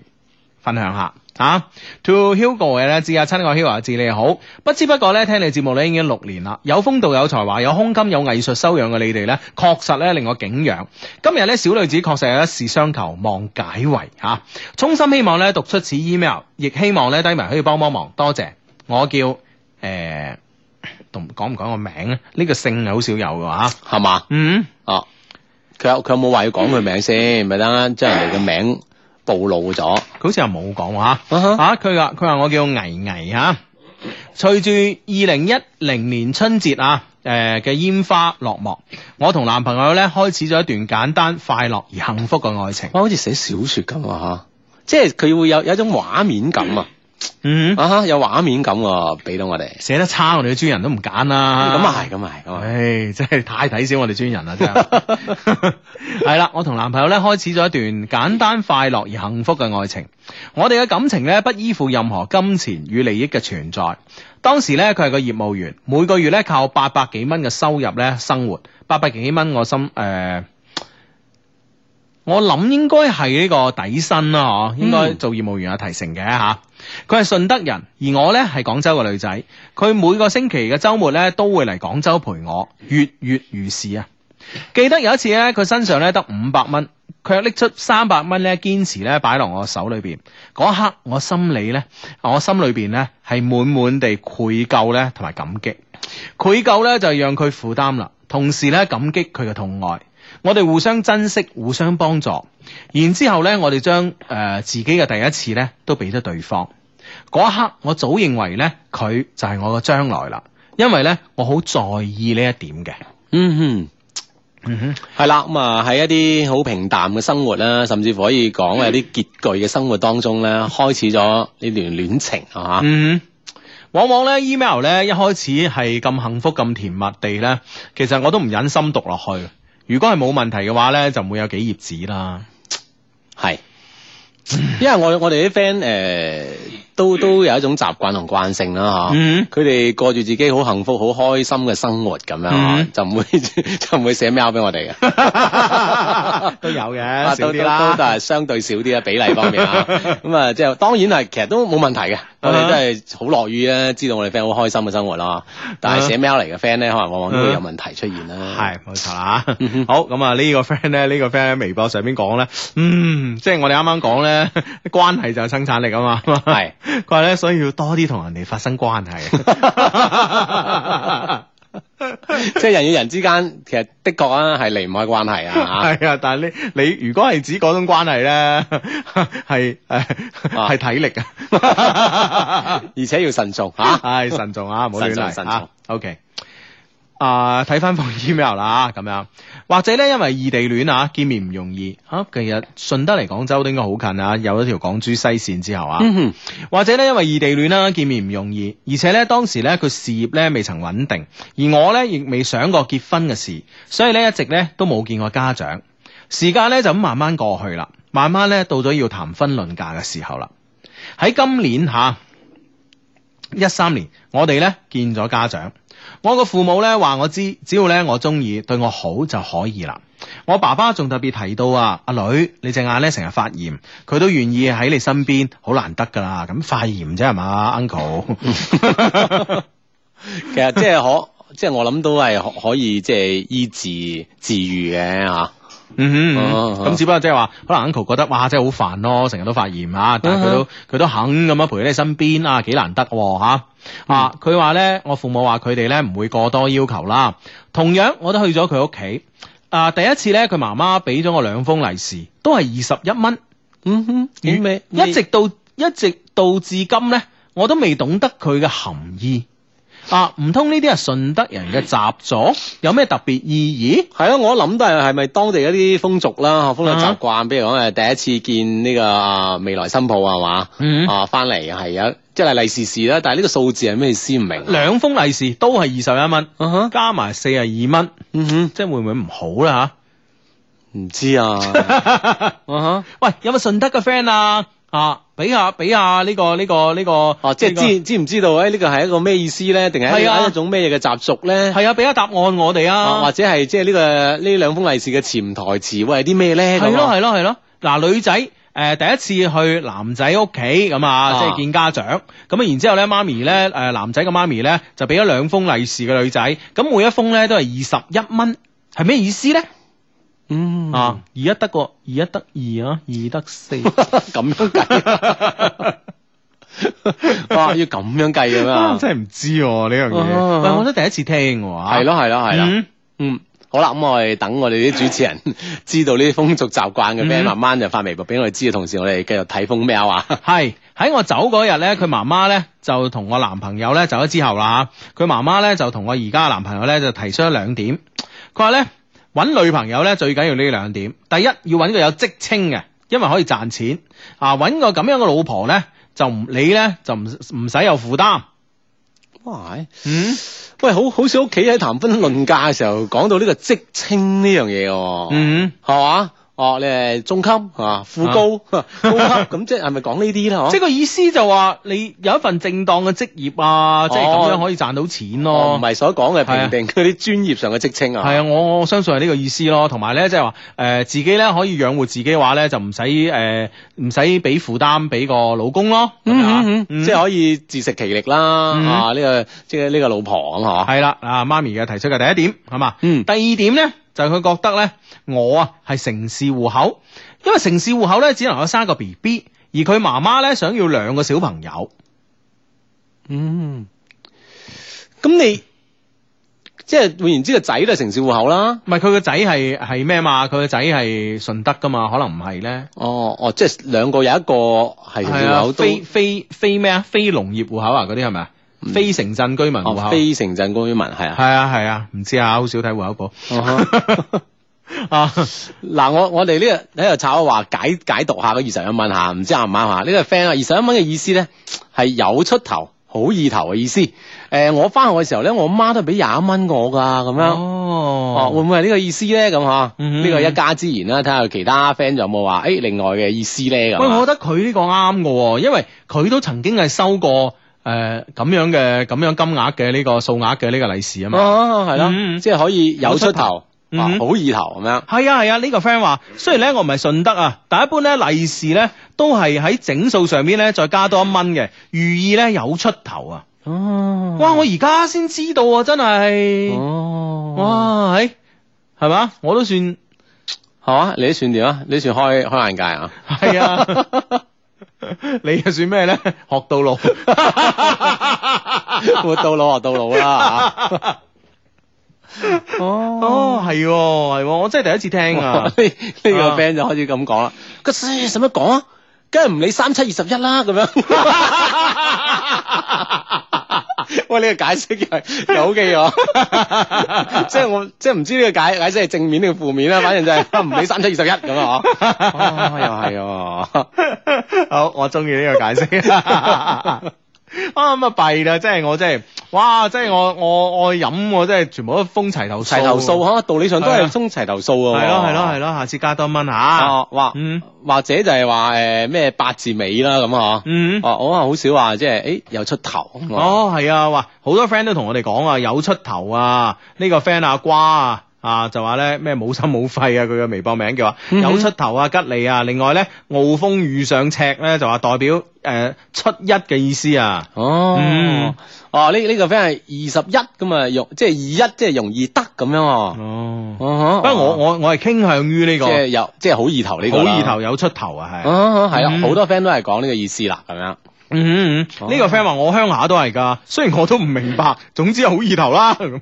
分享下。啊，to Hugo 嘅咧，知啊，親愛 Hugo 阿志你好，不知不覺咧聽你節目咧已經六年啦，有風度、有才華、有胸襟、有藝術修養嘅你哋咧，確實咧令我景仰。今日咧小女子確實有一事相求，望解圍嚇、啊衷心希望咧讀出此 email，亦希望咧低迷可以幫幫忙，多謝。我叫誒，呃同講唔講個名咧？呢、個姓係好少有嘅嚇、啊
係嘛，
嗯。
哦，佢有佢有冇話要講佢名先，咪得將人哋嘅名暴露咗，
佢好似又冇講話
啊哈
啊！佢話佢話我叫危危嚇。隨住二零一零年春節啊，誒嘅煙花落幕，我同男朋友咧開始咗一段簡單、快樂而幸福嘅愛情。
哇，好似寫小説咁啊嚇，即係佢會有有一種畫面感啊。
嗯，
啊哈，有畫面感喎，俾到我哋。
寫得差我哋嘅專人都唔揀啦。
咁啊係，咁啊係，咁啊
唉，真係太睇小我哋專人啦，真係。係啦，我同男朋友咧開始咗一段簡單、快樂而幸福嘅愛情。我哋嘅感情咧不依附任何金錢與利益嘅存在。當時咧佢係個業務員，每個月咧靠八百幾蚊嘅收入咧生活。八百幾蚊我心誒。呃我諗應該係呢個底薪啦，嗬，應該
嗯
做業務員有提成嘅吓。佢係順德人，而我呢係廣州嘅女仔。佢每個星期嘅週末呢都會嚟廣州陪我，月月如是啊！記得有一次呢，佢身上呢得五百蚊，佢又拎出三百蚊呢，堅持呢擺落我手裏邊。嗰一刻，我心裏呢，我心裏邊呢係滿滿地愧疚呢同埋感激。愧疚呢就讓佢負擔啦，同時呢感激佢嘅痛愛。我哋互相珍惜，互相幫助。然之後呢，我哋將誒自己嘅第一次呢都俾咗對方。嗰一刻，我早認為呢，佢就係我嘅將來啦，因為呢，我好在意呢一點嘅。
嗯
嗯哼，
哼，係啦，咁啊喺一啲好平淡嘅生活啦，甚至乎可以講
嗯
係啲拮據嘅生活當中咧，開始咗呢段戀情啊嚇。
嗯哼。往往呢 email 呢一開始係咁幸福咁甜蜜地呢，其實我都唔忍心讀落去。如果係冇問題嘅話呢，就唔會有幾頁紙啦。
係，因為我我哋啲 friend 誒都都有一種習慣同慣性啦嚇。
嗯
佢哋過住自己好幸福、好開心嘅生活咁樣啊
嗯，
就唔會 就唔會寫 mail 俾我哋嘅。
哼， 都有
啊
嘅，
都
少
都
啲
都
啦。
係相對少啲啊，比例方 面啊，咁啊，即係當然係，其實都冇問題嘅。我
啊
哋都係好樂於咧，知道我哋 friend 好開心嘅生活啦。但
啊
係寫 mail 嚟嘅 friend 咧，可能往往都會有問題出現啦。
係冇錯啦，
嗯
好咁啊！呢個 friend 咧，呢個 friend 喺微博上面講咧，嗯，即係我哋啱啱講咧， 關係就 係生產力啊嘛，
係
佢話咧，所以要多啲同人哋發生關 係。 係
即係人與人之間，其實的確啊係離唔開關係啊。
啊，但 係你你如果係指嗰種關係咧， 係
啊
誒係體力啊，
而且要慎重嚇。
係慎重啊，唔好亂
慎重
嚟
慎
啊
重。
OK。啊，睇翻封 email 啦，咁樣或者咧，因為異地戀啊，見面唔容易吓、啊其實順德嚟廣州都應該好近啊，有一條港珠西線之後啊，
嗯哼，
或者咧因為異地戀啦，見面唔容易，而且咧當時咧佢事業咧未曾穩定，而我咧亦未想過結婚嘅事，所以咧一直咧都冇見過家長。時間咧就咁慢慢過去啦，慢慢咧到咗要談婚論嫁嘅時候啦。喺今年吓一三年，我哋咧見咗家長。我個父母咧話我知，只要咧我中意，對我好就可以啦。我爸爸仲特別提到啊，阿女，你隻眼咧成日發炎，佢都願意喺你身邊，好難得噶啦。咁發炎啫係嘛，uncle。
其實即係可，即係我諗都係可可以即係醫治治愈嘅吓。
嗯
哦
哼，咁只不過即係話，可能 uncle 覺得哇，真係好煩咯，成日都發炎
嗯
啊，但係佢都佢都肯咁樣陪喺你身邊啊，幾難得喎吓啊！
嗯
佢話咧，我父母話佢哋咧唔會過多要求啦。同樣，我都去咗佢屋企啊。第一次咧，佢媽媽俾咗我兩封利是，都係二十一蚊。
嗯哼，咁咩
一直到一直到至今咧，我都未懂得佢嘅含義啊！唔通呢啲係順德人嘅習俗，有咩特別意義？
係咯，我諗都係係咪當地一啲風俗啦、風
啊
俗習慣，比如講誒第一次見呢個啊未來新抱係嘛，
嗯
啊翻嚟係有即係利是是啦，但係呢個數字係咩意思唔明 啊？
兩封利是都係二十一蚊，
啊哈
加埋四十二蚊，
嗯哼，
即係會唔會唔好啦
唔 知啊，
吓？喂，有冇順德嘅 friend 啊？啊，俾下俾下呢個呢個呢個，
哦，即係知知唔知道誒呢個係一個咩意思咧？定係一
係啊
個一種咩嘢嘅習俗咧？
係啊，俾下答案我哋
啊，
啊
或！者係即係呢個呢兩封利是嘅潛台詞會係啲咩咧？
係
咁
咯
啊
係咯係咯，嗱女仔。誒、第一次去男仔屋企咁啊，
啊
即係見家長咁啊，然之後咧，媽咪咧誒、男仔嘅媽咪咧就俾咗兩封利是嘅女仔，咁每一封咧都係二十一蚊，係咩意思咧？
嗯
啊，二一得個二一得二啊，二得四，
咁樣計，哇！要咁樣計 嘅咩啊？
真係唔知喎呢樣嘢，
啊
喂，我都第一次聽喎，啊
係，咯係咯係啦，
嗯
嗯。好啦，咁我哋等我哋啲主持人 知道呢啲風俗習慣嘅咩，
嗯
慢慢就發微博俾我哋知嘅同時，我哋繼續睇封 mail 啊。
係喺我走嗰日咧，佢媽媽咧就同我男朋友咧走咗之後啦，佢媽媽咧就同我而家嘅男朋友咧就提出咗兩點，佢話咧揾女朋友咧最緊要呢兩點，第一要揾個有職稱嘅，因為可以賺錢啊，揾個咁樣嘅老婆咧就唔你咧就唔唔使有負擔，
哇！
嗯
喂，好好少屋企喺談婚論嫁嘅時候講到呢個職稱呢樣嘢喎。
嗯。
係嘛？哦，你係中級啊，副高、 高級，咁即係係咪講呢啲啦？
即係個意思就話你有一份正當嘅職業啊，即係咁樣可以賺到錢
哦，
咯
唔。係所講嘅
係啊
評定嗰啲專業上嘅職稱啊。
係啊，我我相信係呢個意思咯，同埋咧即係話誒自己咧可以養活自己嘅話咧，就唔使誒唔使俾負擔俾個老公咯，咁樣啊
嗯，
嗯
即係可以自食其力啦，
嗯
啊呢個即係呢個老婆咁嗬，
係啦，啊媽咪嘅提出嘅第一點係嘛，
嗯
第二點咧就係佢覺得咧我啊係城市戶口，因為城市戶口咧只能夠生一個 B B，而佢媽媽咧想要兩個小朋友，
嗯，咁你即係換言之，個仔都係城市戶口啦，
唔係佢個仔係係咩嘛？佢個仔係順德噶嘛？可能唔係咧。
哦哦，即係兩個有一個係城
係
市戶
啊，
口都
非非非咩啊？非農業戶口啊，嗰啲係咪啊？非城鎮居民戶
嗯哦
口。
非城鎮公民係
係
啊，
啊係啊，唔知啊，好少睇戶口簿。
哦呵
啊，
嗱我我哋呢個喺度炒話解解讀下嗰二十一蚊吓，唔知啱唔啱吓？呢個 friend 啊，二十一蚊嘅意思咧係有出頭。好意頭嘅意思，誒、我翻學嘅時候咧，我媽都係俾廿一蚊我㗎，咁樣，嗯哦，會
哦，
唔會係呢個意思咧？咁吓，
嗯哼
呢個一家之言啦，睇下其他 friend 有冇話，誒，另外嘅意思咧咁。啊
喂，我覺得佢呢個啱嘅喎，因為佢都曾經係收過誒咁樣嘅咁樣金額嘅呢個數額嘅呢個利是啊嘛。
哦，係
嗯
咯，即係可以有出頭，
嗯
啊好意頭咁樣。
係啊係啊，呢、個 friend 話，雖然咧我唔係順德啊，但一般咧利是咧都係喺整數上面咧再加多一蚊嘅，寓意咧有出頭啊！
哦
哇，我而家先知道啊，真係。
哦，
哇，係係嘛？我都 算
哇，係嘛？你都算點啊？你都算開開眼 界啊？
係啊。你又算咩咧？學到老，
活到老學到老啦。啊
哦，係喎，係喎，我真係第一次聽
呢
啊
呢！個
啊
friend 就開始咁講啦。個使使乜講啊？梗係唔理三七二十一啦，咁樣。 喂，呢、個解釋又又好記喎， 即係我即係唔知呢個解解釋係正面定負面啦，反正就係啊唔理三七二十一咁啊，哦又係 喎，
好，我中意呢個解釋。 啊咁啊弊啦！即係我真係，哇！即係我我我飲我真係全部都風齊頭
齊頭哦數
啊！
嚇，道理上都
係啊
係中齊頭數喎，
係咯係咯係咯，下次加多蚊吓。
啊，或
嗯
或者就係話誒咩八字尾啦咁啊，
嗯。
哦，我啊好少話即係誒有出頭咁啊，
哦，係啊，哇！好多 friend 都同我哋講啊，有出頭啊，呢、個 friend 阿瓜啊。啊，就話咧咩冇心冇肺啊！佢嘅微博名叫話
嗯哼
有出頭啊，吉利啊。另外咧，傲風遇上赤咧，就話代表誒、呃出一嘅意思啊。嗯
哦，哦呢呢個 friend 係二十一咁啊，容即係二一即係容易得咁樣哦，
哦，
不
不過我我我係傾向於呢、
嗯即
個
係有即係好意頭呢個
好
啦
意頭有出頭啊，係。
啊，系啦，
嗯
好多 friend 都係講呢個意思啦，咁 樣。
嗯嗯嗯，呢、個 friend 話我鄉下都係㗎，雖然我都唔明白，總之好意頭啦咁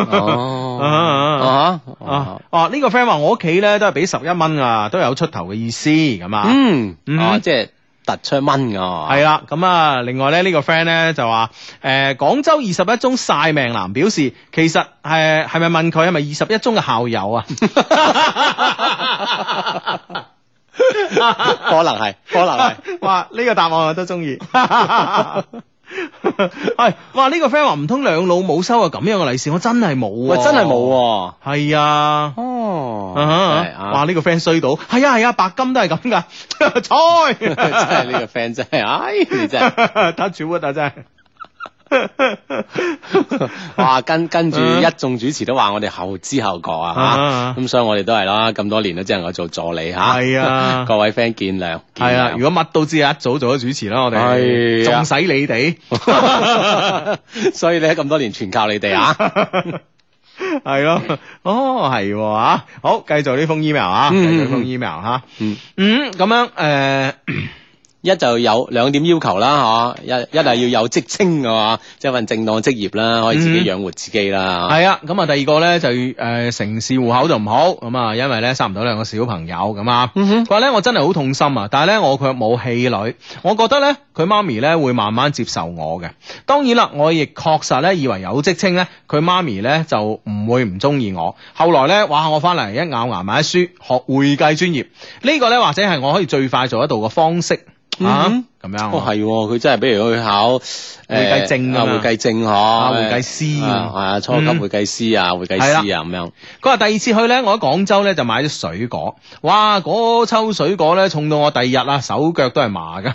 啊。
哦，啊
啊，哦，呢、個 friend 話我屋企咧都係俾十一蚊啊，都有出頭嘅意思咁啊。
嗯，
嗯
啊，即係突出蚊哦噶，
係啦，咁啊，另外咧呢、個 friend 咧就話，誒、廣州二十一中晒命男表示，其實誒係咪問佢係咪二十一中嘅校友啊？
可能係，可能係。
啊 哇！呢、個答案我都中 意。係哇！呢、個 friend 話唔通兩老冇收啊過咁樣嘅利是，我真係冇
喂，
喎，
真係冇。喎。
係啊。
哦
啊哈哇！呢個 friend 衰到，係啊係啊，白金都係咁 噶，
真 係
菜，
呢個 friend 真係，唉，你真係，
touch wood 啊真係。
哇，跟跟住一眾主持都話我哋後知後覺
嗯啊
啊，嚇咁所以我哋都係啦，咁多年都只能夠做助理嚇。
係啊
各位 friend 見諒，見
係啊，
諒
如果乜都知啊，一早做咗主持啦，我哋
係
仲
啊
使你哋。
所以咧咁多年全靠你哋啊！
係咯，哦係喎啊，好，繼續呢封 email 啊，繼
嗯
續呢
嗯
封
嗯
email 吓，
嗯
嗯，咁樣誒，
一就有兩點要求啦，嚇一一係要有職稱嘅嘛，即係份正當職業啦，可以自己養活自己啦。
係啊，咁啊，第二個咧就誒城市戶口就唔好，咁啊，因為咧生唔到兩個小朋友咁啊，
嗯哼
佢話咧我真係好痛心啊，但係咧我卻冇氣餒，我覺得咧佢媽咪咧會慢慢接受我嘅。當然啦，我亦確實咧以為有職稱咧，佢媽咪咧就唔會唔中意我。後來咧，哇！我翻嚟一咬牙買書學會計專業，呢、個咧或者係我可以最快做得到嘅方式啊
嗯，
咁樣啊。
哦，係喎，佢真係，比如去考會
計證啊
啊，
嘛
會計證嗬，
會計師
啊係啊，初級
嗯
會計師啊，會計師啊咁樣。
佢話第二次去咧，我喺廣州咧就買咗水果，哇！嗰抽水果咧，重到我第二日啊，手腳都係麻噶。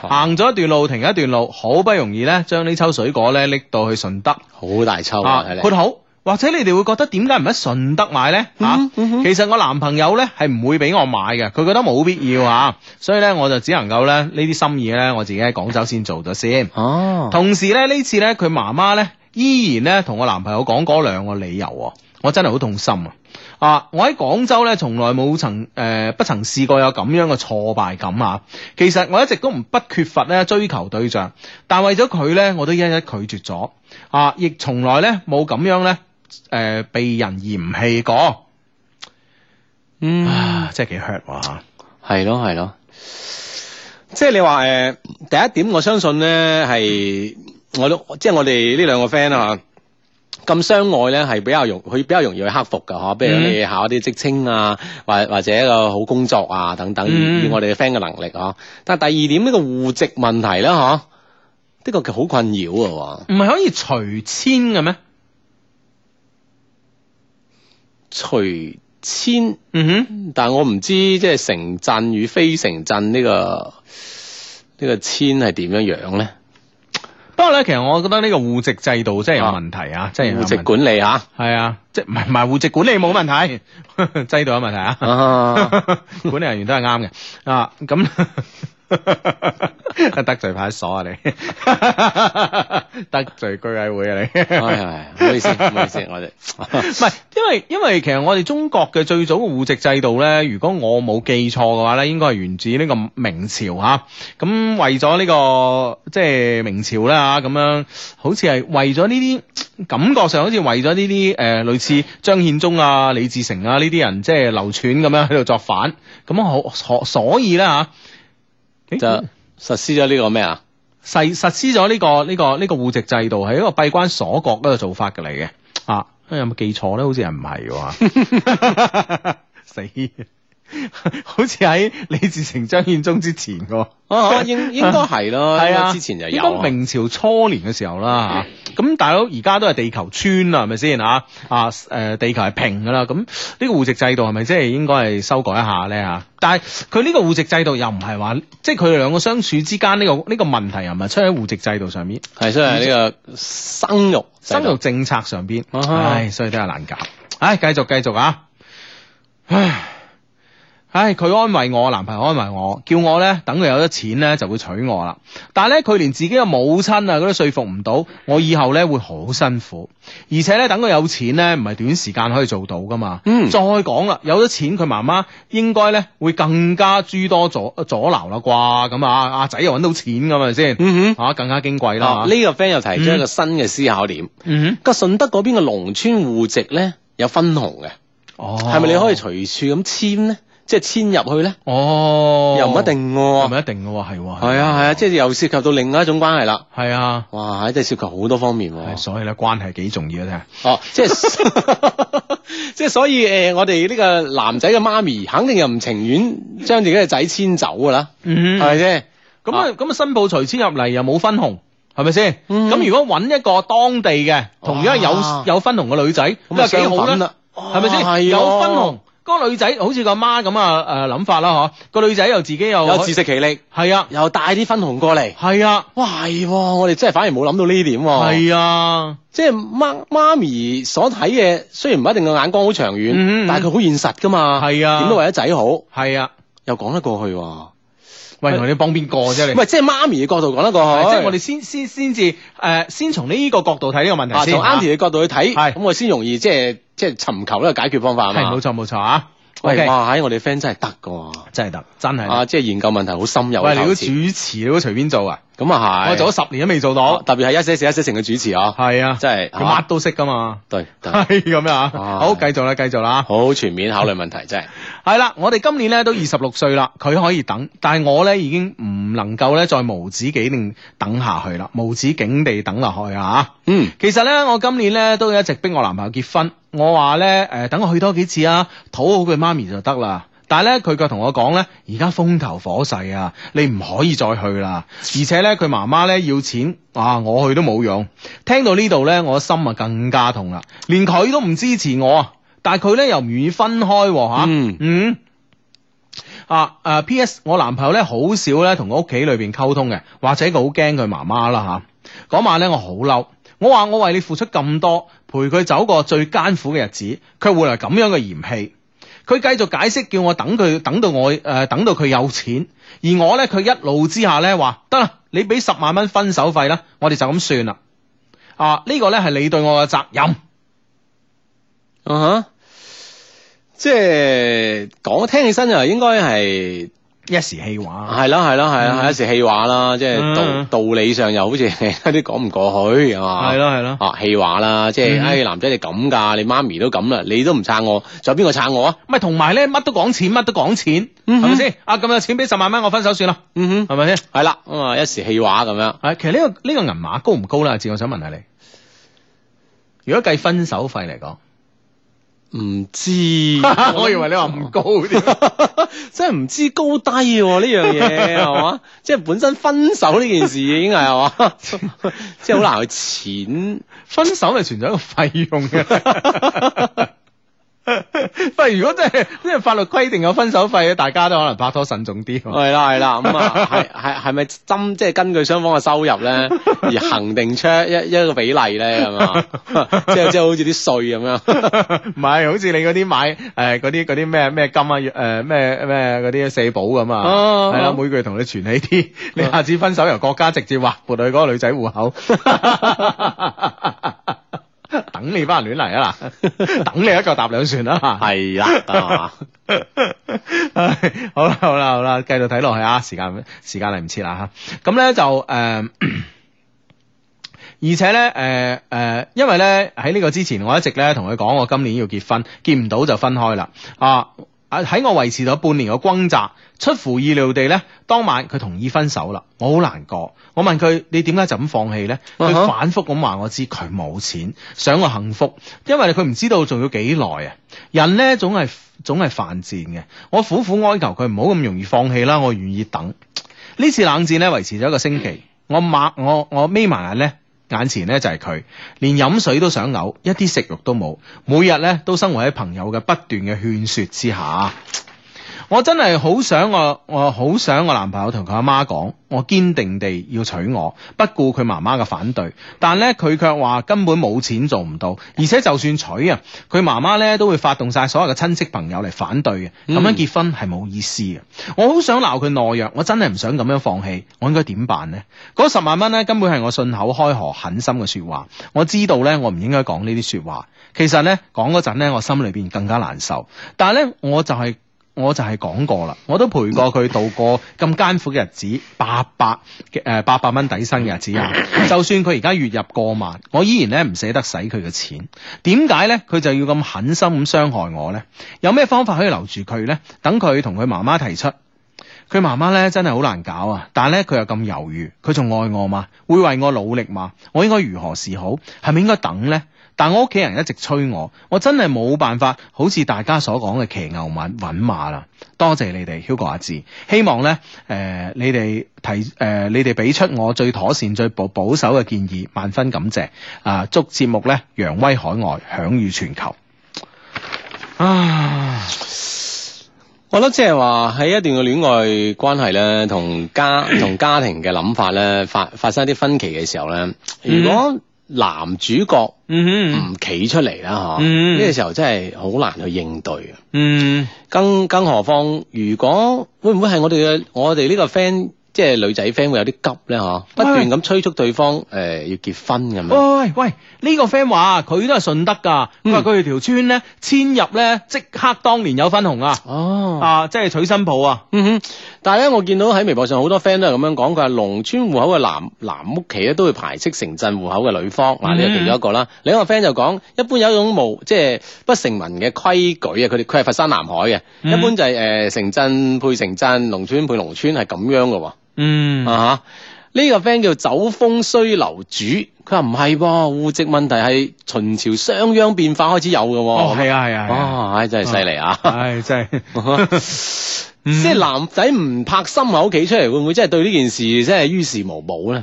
哦
行咗一段路，停一段路，好不容易咧，將呢抽水果咧拎到去順德
好大抽啊！
啊
睇，
括
嚟，
好。或者你哋會覺得點解唔喺順德買呢？嚇、
嗯
其實我男朋友呢係唔會俾我買嘅，佢覺得冇必要啊，所以呢，我就只能夠咧呢啲心意呢，我自己喺廣州先做咗先。
哦，
同時咧，呢次咧佢媽媽咧依然咧同我男朋友講嗰兩個理由喎，我真係好痛心啊！啊！我喺廣州咧，從來冇曾誒、呃不曾試過有咁樣嘅挫敗感啊！其實我一直都唔不缺乏咧追求對象，但為咗佢咧，我都一一拒絕咗啊！亦從來咧冇咁樣咧誒、呃被人嫌棄過
嗯，
啊！真係幾 hurt 喎
係咯，係咯。即係你話誒，第一點我相信咧係我都即係我哋呢兩個 friend 啊。咁相愛咧係比較容，佢比較容易去克服㗎嗬。比如
嗯
你考一啲職稱啊，或或者一個好工作啊等等，
嗯
以我哋嘅 friend 嘅能力嗬。但係第二點呢個戶籍問題咧嗬，的確佢好困擾啊喎。
唔係可以隨遷嘅咩？
隨遷，
嗯哼，
但係我唔知即係城鎮與非城鎮呢、個呢、個遷係點樣樣咧？
不過咧，其實我覺得呢個戶籍制度真係有問題啊！真係有
戶籍
問題
管理嚇。
系啊，即系唔系唔系户籍管理冇問題， 制度有問題啊，
啊
管理人員都係啱嘅啊，咁 得罪派出所啊你， 得罪居委會啊你，
係係，唔好意思，唔好意思，我哋
唔係因為因為其實我哋中國嘅最早嘅户籍制度咧，如果我冇記錯嘅話咧，應該係源自呢個明朝嚇。咁、為咗呢、個即係明朝啦嚇，咁樣好似係為咗呢啲感覺上好似為咗呢啲誒類似張獻忠啊、李自成啊呢啲人即係流傳咁樣喺度作反，咁好所所以咧嚇。
就實施咗呢個咩啊？
實實施咗呢、個呢、個呢、個户籍制度係一個閉關鎖國嗰個做法嘅嚟嘅啊，有冇記錯咧？好似係唔係喎？ 死！好似喺李自成、張獻忠之前嘅喎。
啊，應應該係咯，
哦 係
因為
啊，
之前就
應
有
該
啊，
明朝初年嘅時候啦嚇。咁大佬而家都係地球村啦，係咪先嚇？啊誒、地球係平噶啦。咁呢個户籍制度係咪即係應該係修改一下咧嚇？但係佢呢個户籍制度又唔係話，即係佢哋兩個相處之間呢、個呢、個問題又唔係出喺户籍制度上面，
係所以係呢個生育制度
生育政策上邊，
啊哈
唉，所以都係難搞。唉，繼續繼續啊！唉。唉，佢安慰我，男朋友安慰我，叫我咧等佢有咗錢咧就會娶我啦。但係咧，佢連自己嘅母親啊，佢都說服唔到，我以後咧會好辛苦。而且咧，等佢有錢咧，唔係短時間可以做到噶嘛。
嗯
再講啦，有咗錢，佢媽媽應該咧會更加諸多阻阻撓啦啩。咁啊，阿仔又揾到錢咁係咪先？
嗯
啊，更加矜貴
哼，
啦。
啊
啊
呢個 friend 又提出一個新嘅思考點，
嗯
個順德嗰邊嘅農村户籍咧有分紅嘅，
哼，哦，
係咪你可以隨處咁遷咧？即係遷入去咧，
哦，
又唔一，定
又
喎。
唔一定嘅喎，係喎，
係啊係啊，即係又涉及到另外一種關係啦。
係啊，
哇，真係涉及好多方面
係
喎。
所以咧關係幾重要咧。
哦，即係即係所以誒，我哋呢個男仔嘅媽咪肯定又唔情願將自己嘅仔遷走㗎啦，係
嗯
咪先？
咁啊，咁啊，新抱隨遷入嚟又冇分紅，係咪先？咁、
嗯
如果揾一個當地嘅，同樣
哇
有有分紅嘅女仔，
咁啊
咁啊幾好
相反
咧
啦，
哦係咪
哇係
先？
喎
有分紅，嗰、個女仔好似個媽咁啊誒諗法啦，嗬，個女仔又自己又
有自食其力，
係啊，
又帶啲分紅過嚟。
係啊，
哇，係喎，我哋真係反而冇諗到呢點喎。
係啊，
即係媽媽咪所睇嘅，雖然唔一定個眼光好長遠，
嗯嗯嗯
但係佢好現實噶嘛。
係啊
點都為咗仔好，
係啊，
又講得過去喎。
喂，同你幫邊個啫
唔
你？
係，即係媽咪嘅角度講得過
係
去。
即係我哋先先先至誒，先從呢個角度睇呢個問
啊，
題
從
先。
Auntie 嘅角度去睇，
係
咁我先容易即係即係尋求呢個解決方法啊
係
嘛
冇。錯冇錯啊
喂，
，OK，
哇！喺我哋 friend 真係得噶喎，
真係得，真係
啊，
得。
即係研究問題好深入。
喂，你
好
都主持，你都隨便做啊？
咁啊係，
我做咗十年都未做
啊
到。
特別係一些事一些情嘅主持啊，
係啊，
真係
佢乜都識噶嘛。
對 對，
係咁樣啊，
啊
好，繼續啦，繼續啦，
好全面考慮問題真係。
係啦，我哋今年咧都二十六歲啦，佢可以等，但係我咧已經唔能夠咧再無止境等下去啦，無止境地等落去啊！
嗯，
其實咧，我今年咧都一直逼我男朋友結婚，我話咧誒，等我去多幾次啊，討好佢媽咪就得啦。但係咧，佢卻同我講咧，而家風頭火勢啊，你唔可以再去啦。而且咧，佢媽媽咧要錢，啊，我去都冇用。聽到呢度咧，我心啊更加痛啦，連佢都唔支持我啊，但係佢咧又唔願意分開喎、吓
嗯
嗯啊誒、P.S. 我男朋友咧好少咧同我屋企裏邊溝通嘅，或者佢好驚佢媽媽啦吓。嗰、晚咧我好嬲，我話我為你付出咁多，陪佢走過最艱苦嘅日子，卻換嚟咁樣嘅嫌棄。佢繼續解釋叫我等佢等到我誒、呃等到佢有錢，而我咧佢一怒之下咧話得啦，你俾十萬蚊分手費啦，我哋就咁算啦。啊，呢、個咧係你對我嘅責任。
啊哈，即係講聽起身就應該係
一時氣話，
係啦係啦係啦，
嗯
係一時氣話啦，即係道
嗯
道理上又好似有啲講唔過去係嘛？
係咯係咯
啊氣話啦，即係
嗯
唉男仔你咁㗎，你媽咪都咁啦，你都唔撐我，仲有邊個撐我啊？
咪同埋咧乜都講錢，乜都講錢，係
嗯哼
咪先？啊咁有錢俾十萬蚊我分手算啦，
嗯哼，
係咪先？
係啦，咁啊一時氣話咁樣，
啊，其實呢、個呢、個銀碼高唔高啦？阿志，我想問下你，如果計分手費嚟 講，
唔知
我以為你話唔高 啲。
真係唔知高低喎呢樣 嘢係嘛？即係本身分手呢件事已經係係嘛， 即係好難去錢。
分手係存在一個費用嘅。 不如如果真係即係法律規定有分手費咧，大家都可能拍拖慎重啲喎。
係啦係啦，咁啊係係係咪針即係根據雙方嘅收 入咧而恒定出一一個比例咧係嘛？即係即係好似啲税咁樣，
唔係，好似你嗰啲買誒嗰啲嗰啲咩咩金啊誒咩咩嗰啲社保咁啊，
哦
係啦，每個月同你存起啲， 你下次分手由國家直接劃撥去嗰個女仔戶口， 等你翻嚟亂嚟啊嗱， 等你一嚿搭兩船啊啦嚇。
係啦係嘛？
啊唉好啦好啦好啦，繼續睇落去啊！時間時間嚟唔切啦吓，咁咧就誒。呃而且咧，誒、呃、誒、因為咧喺呢個之前，我一直咧同佢講，我今年要結婚，結唔到就分開啦。啊，啊喺我維持咗半年嘅轟炸，出乎意料地咧，當晚佢同意分手啦，我好難過。我問佢你點解就咁放棄咧？佢
啊哈
反覆咁話我知佢冇錢，想我幸福，因為佢唔知道仲要幾耐啊。人咧總係總係犯賤嘅，我苦苦哀求佢唔好咁容易放棄啦，我願意等。呢次冷戰咧維持咗一個星期，我擘我我眯埋眼咧，眼前咧就係佢，連飲水都想嘔，一啲食慾都冇，每日咧都生活喺朋友嘅不斷嘅勸說之下。我真係好想我，我好想我男朋友同佢阿媽講，我堅定地要娶我，不顧佢媽媽嘅反對。但咧佢卻話根本冇錢做唔到，而且就算娶啊，佢媽媽咧都會發動晒所有嘅親戚朋友嚟反對嘅，咁、樣
嗯
結婚係冇意思嘅。我好想鬧佢懦弱，我真係唔想咁樣放棄，我應該點辦呢？嗰十萬蚊咧根本係我信口開河狠心嘅説話，我知道咧我唔應該講呢啲説話。其實咧講嗰陣咧我心裏邊更加難受，但係咧我就係、我就係講過啦，我都陪過佢度過咁艱苦嘅日子，八百嘅誒八百蚊底薪嘅日子啊！就算佢而家月入過萬，我依然咧唔捨得使佢嘅錢。點解咧佢就要咁狠心咁傷害我咧？有咩方法可以留住佢咧？等佢同佢媽媽提出。佢媽媽咧真係好難搞啊！但係咧佢又咁猶豫，佢仲愛我嘛？會為我努力嘛？我應該如何是好？係咪應該等呢？但我屋企人一直催我，我真係冇辦法，好似大家所講嘅騎牛揾揾馬啦。多謝你哋，Hugo 阿志，希望咧誒、呃你哋提誒、呃你哋俾出我最妥善、最保保守嘅建議，萬分感謝啊！祝節目咧揚威海外，享譽全球啊！
我覺得即係話喺一段嘅戀愛關係咧，同 家同家庭嘅諗法咧，發發生一啲分歧嘅時候咧，如果男主角
嗯
唔企出嚟啦，吓
嗯
呢個時候真係好難去應對嘅。
嗯
更更何況，如果會唔會係我哋嘅我哋呢個 friend，即係女仔 friend 會有啲急咧？嗬，不斷咁催促對方誒、呃要結婚咁樣。
喂喂喂，呢、個 friend 話佢都係順德㗎，佢話
嗯
佢哋條村咧遷入咧即刻當年有分紅啊！
哦，
啊，即係娶新抱啊！
嗯哼，但係咧，我見到喺微博上好多 friend 都係咁樣講，佢話農村戶口嘅男男屋企咧都會排斥城鎮戶口嘅女方，
嗯
嗱呢個其中一個啦。另一個 friend 就講，一般有一種無即係不成文嘅規矩啊，佢哋佢係佛山南海嘅，
嗯
一般就係、呃城鎮配城鎮，農村配農村係咁樣嘅喎。
嗯
啊哈！呢、個 friend 叫走風衰樓主，佢話唔係喎，戶籍問題係秦朝商鞅變法開始有嘅喎。
哦，係啊係啊，係啊
哇！唉，真係犀利啊！
唉，真 係，
即
即
係
係
男仔唔拍心口企出嚟，會唔會真係對呢件事真係於事無補咧？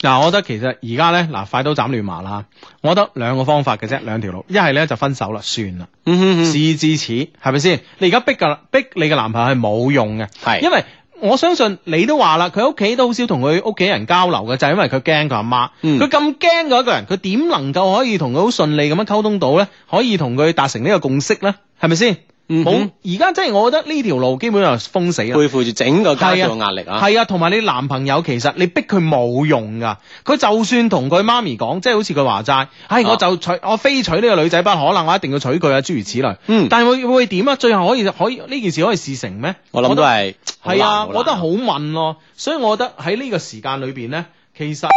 嗱，我覺得其實而家咧，嗱，快刀斬亂麻啦，我覺得兩個方法嘅啫，兩條路，一係咧就分手啦，算啦，
嗯哼哼，
事至此，係咪先？你而家逼噶，逼你嘅男朋友係冇用嘅，因
係，
為我相信你都話啦，佢屋企都好少同佢屋企人交流嘅，就係、因為佢驚佢阿媽。
嗯
佢咁驚嗰一個人，佢點能夠可以同佢好順利咁樣溝通到咧？可以同佢達成呢個共識咧？係咪先？
嗯
冇
哼
而家即係我覺得呢條路基本上係封死啦。
背負住整個家
係
庭
啊
嘅壓力啊！
係啊，同埋你男朋友其實你逼佢冇用噶，佢就算同佢媽咪講，即係好似佢話齋，唉，
啊
我就娶我非娶呢個女仔不可能，我一定要娶佢啊，諸如此類。
嗯
但係會會點啊？最後可以可以呢件事可以事成咩？
我諗都係
係啊，
好難
我覺得
難
好問咯，所以我覺得喺呢個時間裏邊咧，其實。